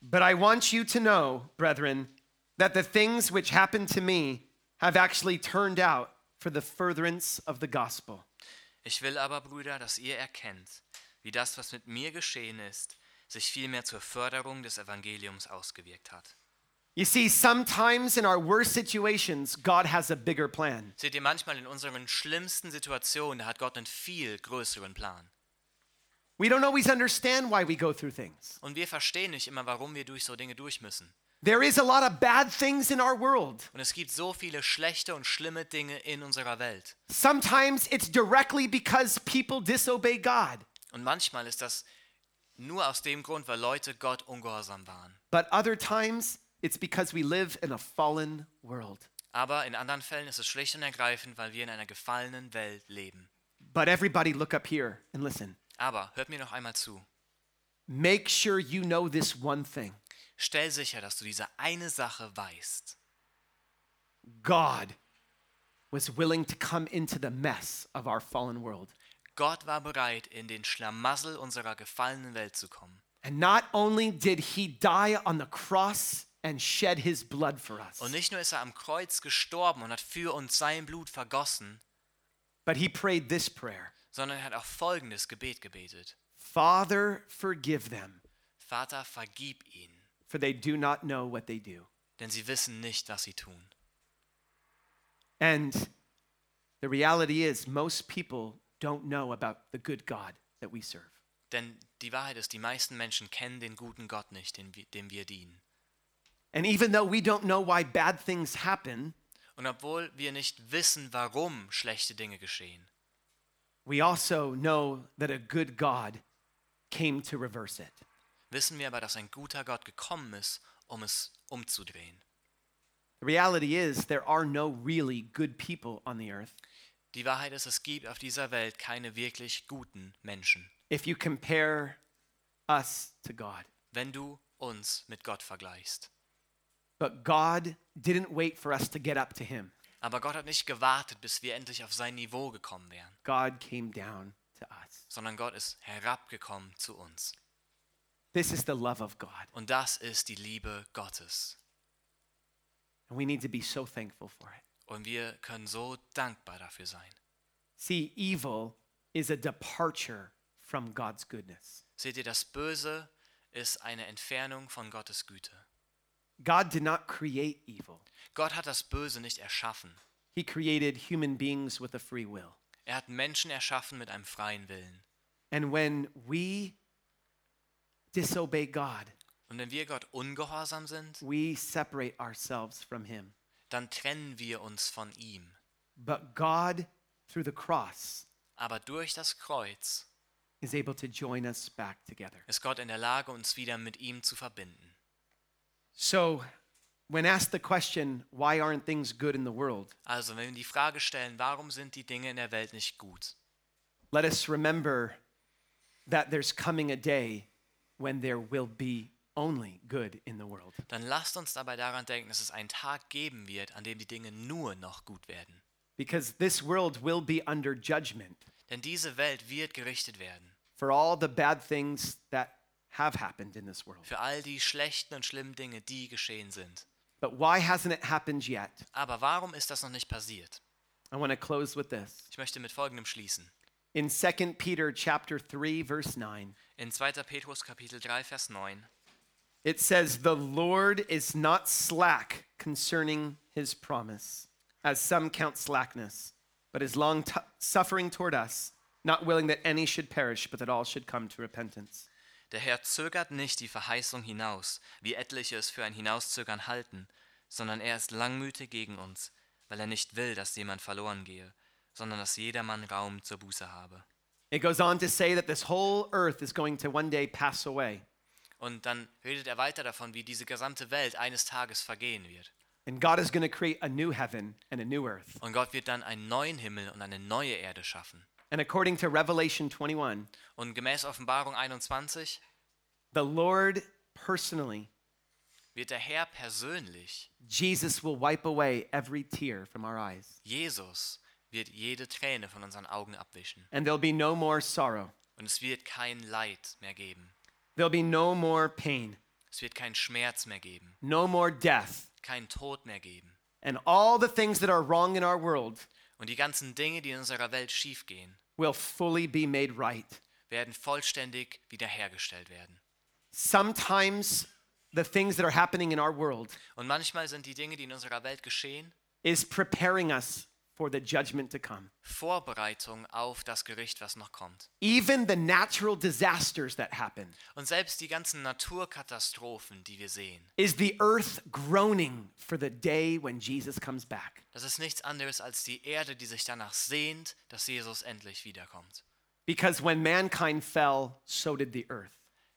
But I want you to know, brethren, that the things which happened to me have actually turned out for the furtherance of the gospel.
Ich will aber, Brüder, dass ihr erkennt, wie das, was mit mir geschehen ist, sich vielmehr zur Förderung des Evangeliums ausgewirkt hat.
You see, sometimes in our worst situations, God has a bigger plan.
Seht ihr, manchmal in unseren schlimmsten Situationen da hat Gott einen viel größeren Plan.
We don't always understand why we go through things.
Und wir verstehen nicht immer, warum wir durch so Dinge durch müssen.
There is a lot of bad things in our world.
Und es gibt so viele schlechte und schlimme Dinge in unserer Welt.
Sometimes it's directly because people disobey God,
Und manchmal ist das nur aus dem Grund, weil Leute Gott ungehorsam waren.
but other times it's because we live in a fallen world.
Aber in anderen Fällen ist es schlicht und ergreifend, weil wir in einer gefallenen Welt leben.
But everybody, look up here and listen.
Aber hört mir noch einmal zu.
Make sure you know this one thing
Stell sicher, dass du diese eine Sache weißt.
God was willing to come into the mess of our fallen world.
Gott war bereit, in den Schlamassel unserer gefallenen Welt zu kommen.
And not only did he die on the cross and shed his blood for us,
Und nicht nur ist er am Kreuz gestorben und hat für uns sein Blut vergossen,
but he prayed this prayer
sondern er hat auch folgendes Gebet gebetet.
Father, forgive them,
Vater, vergib ihnen,
for they do not know what they do.
denn sie wissen nicht, was sie tun.
And the reality is, most people don't know about the good God. that we serve.
Denn die Wahrheit ist, die meisten Menschen kennen den guten Gott nicht, dem, wir- dem wir dienen.
And even though we don't know why bad things happen,
Und obwohl wir nicht wissen, warum schlechte Dinge geschehen,
we also know that a good God came to reverse it.
wissen wir aber, dass ein guter Gott gekommen ist, um es umzudrehen.
The reality is, there are no really good people on the earth.
Die Wahrheit ist, es gibt auf dieser Welt keine wirklich guten Menschen,
If you compare us to God,
wenn du uns mit Gott vergleichst.
but God didn't wait for us to get up to Him,
Aber Gott hat nicht gewartet, bis wir endlich auf sein Niveau gekommen wären,
God came down to us.
sondern Gott ist herabgekommen zu uns.
This is the love of God,
Und das ist die Liebe Gottes.
and we need to be so thankful for it.
Und wir können so dankbar dafür sein.
See, evil is a departure from God's goodness.
Seht ihr, das Böse ist eine Entfernung von Gottes Güte.
God did not create evil,
Gott hat das Böse nicht erschaffen.
He created human beings with a free will.
Er hat Menschen erschaffen mit einem freien Willen.
And when we disobey God,
Und wenn wir Gott ungehorsam sind,
we separate ourselves from Him.
dann trennen wir uns von ihm.
But God, through the cross,
Aber durch das Kreuz
is able to join us back together.
ist Gott in der Lage, uns wieder mit ihm zu verbinden.
So, when asked the question, why aren't things good in the world?
Also, wenn wir die Frage stellen, warum sind die Dinge in der Welt nicht gut,
Let us remember that there's coming a day when there will be only good in the world.
dann lasst uns dabei daran denken, dass es einen Tag geben wird, an dem die Dinge nur noch gut werden.
Because this world will be under judgment
Denn diese Welt wird gerichtet werden
for all the bad things that have happened in this world.
für all die schlechten und schlimmen Dinge, die geschehen sind.
But why hasn't it happened yet?
Aber warum ist das noch nicht passiert?
I want to close with this.
Ich möchte mit folgendem schließen.
In 2 Peter chapter 3 verse 9,
In 2. Petrus Kapitel 3 Vers 9
it says, "The Lord is not slack concerning his promise, as some count slackness, but is long t- suffering toward us, not willing that any should perish, but that all should come to repentance."
Der Herr zögert nicht die Verheißung hinaus, wie etliche es für ein Hinauszögern halten, sondern er ist langmütig gegen uns, weil er nicht will, dass jemand verloren gehe, sondern dass jedermann Raum zur Buße habe.
It goes on to say that this whole earth is going to one day pass away,
Und dann redet er weiter davon, wie diese gesamte Welt eines Tages vergehen wird.
and God is going to create a new heaven and a new earth.
Und Gott wird dann einen neuen Himmel und eine neue Erde schaffen.
And according to Revelation 21,
Und gemäß Offenbarung 21
the Lord personally
wird der Herr persönlich,
Jesus will wipe away every tear from our eyes,
Jesus, wird jede Träne von unseren Augen abwischen.
and there'll be no more sorrow.
Und es wird kein Leid mehr geben.
There'll be no more pain,
Es wird keinen Schmerz mehr geben.
no more death,
keinen Tod mehr geben.
and all the things that are wrong in our world
Und die ganzen Dinge, die in unserer Welt schiefgehen,
will fully be made right.
werden vollständig wiederhergestellt werden.
Sometimes the things that are happening in our world
Und manchmal sind die Dinge, die in unserer Welt geschehen,
is preparing us for the judgment to come.
Vorbereitung auf das Gericht, was noch kommt.
Even the natural disasters that happen
Und selbst die ganzen Naturkatastrophen, die wir sehen,
is the earth groaning for the day when Jesus comes back.
das ist nichts anderes als die Erde, die sich danach sehnt, dass Jesus endlich wiederkommt.
Because when mankind fell, so did the earth.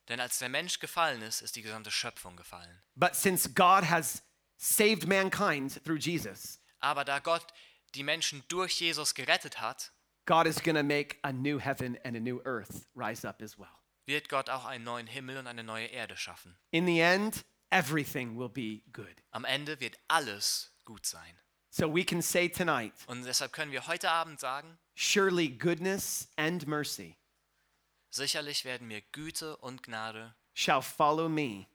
Denn als der Mensch gefallen ist, ist die gesamte Schöpfung gefallen.
But since God has saved mankind through Jesus,
Aber da Gott die Menschen durch Jesus gerettet hat,
God is going to make a new heaven and a new earth rise up as well.
wird Gott auch einen neuen Himmel und eine neue Erde schaffen.
In the end, everything will be good.
Am Ende wird alles gut sein.
So we can say tonight
Und deshalb können wir heute Abend sagen,
surely goodness and mercy
sicherlich werden mir Güte und Gnade,
shall follow me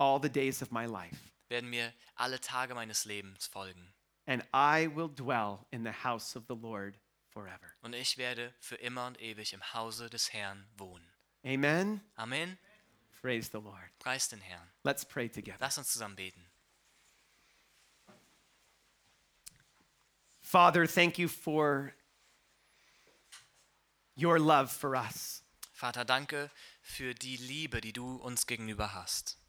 all the days of my life,
werden mir alle Tage meines Lebens folgen.
and I will dwell in the house of the Lord forever.
Und ich werde für immer und ewig im Hause des Herrn wohnen.
Amen.
Amen.
Praise the Lord.
Preis den Herrn.
Let's pray together.
Lass uns zusammen beten.
Father, thank you for your love for us.
Vater, danke für die Liebe, die du uns gegenüber hast.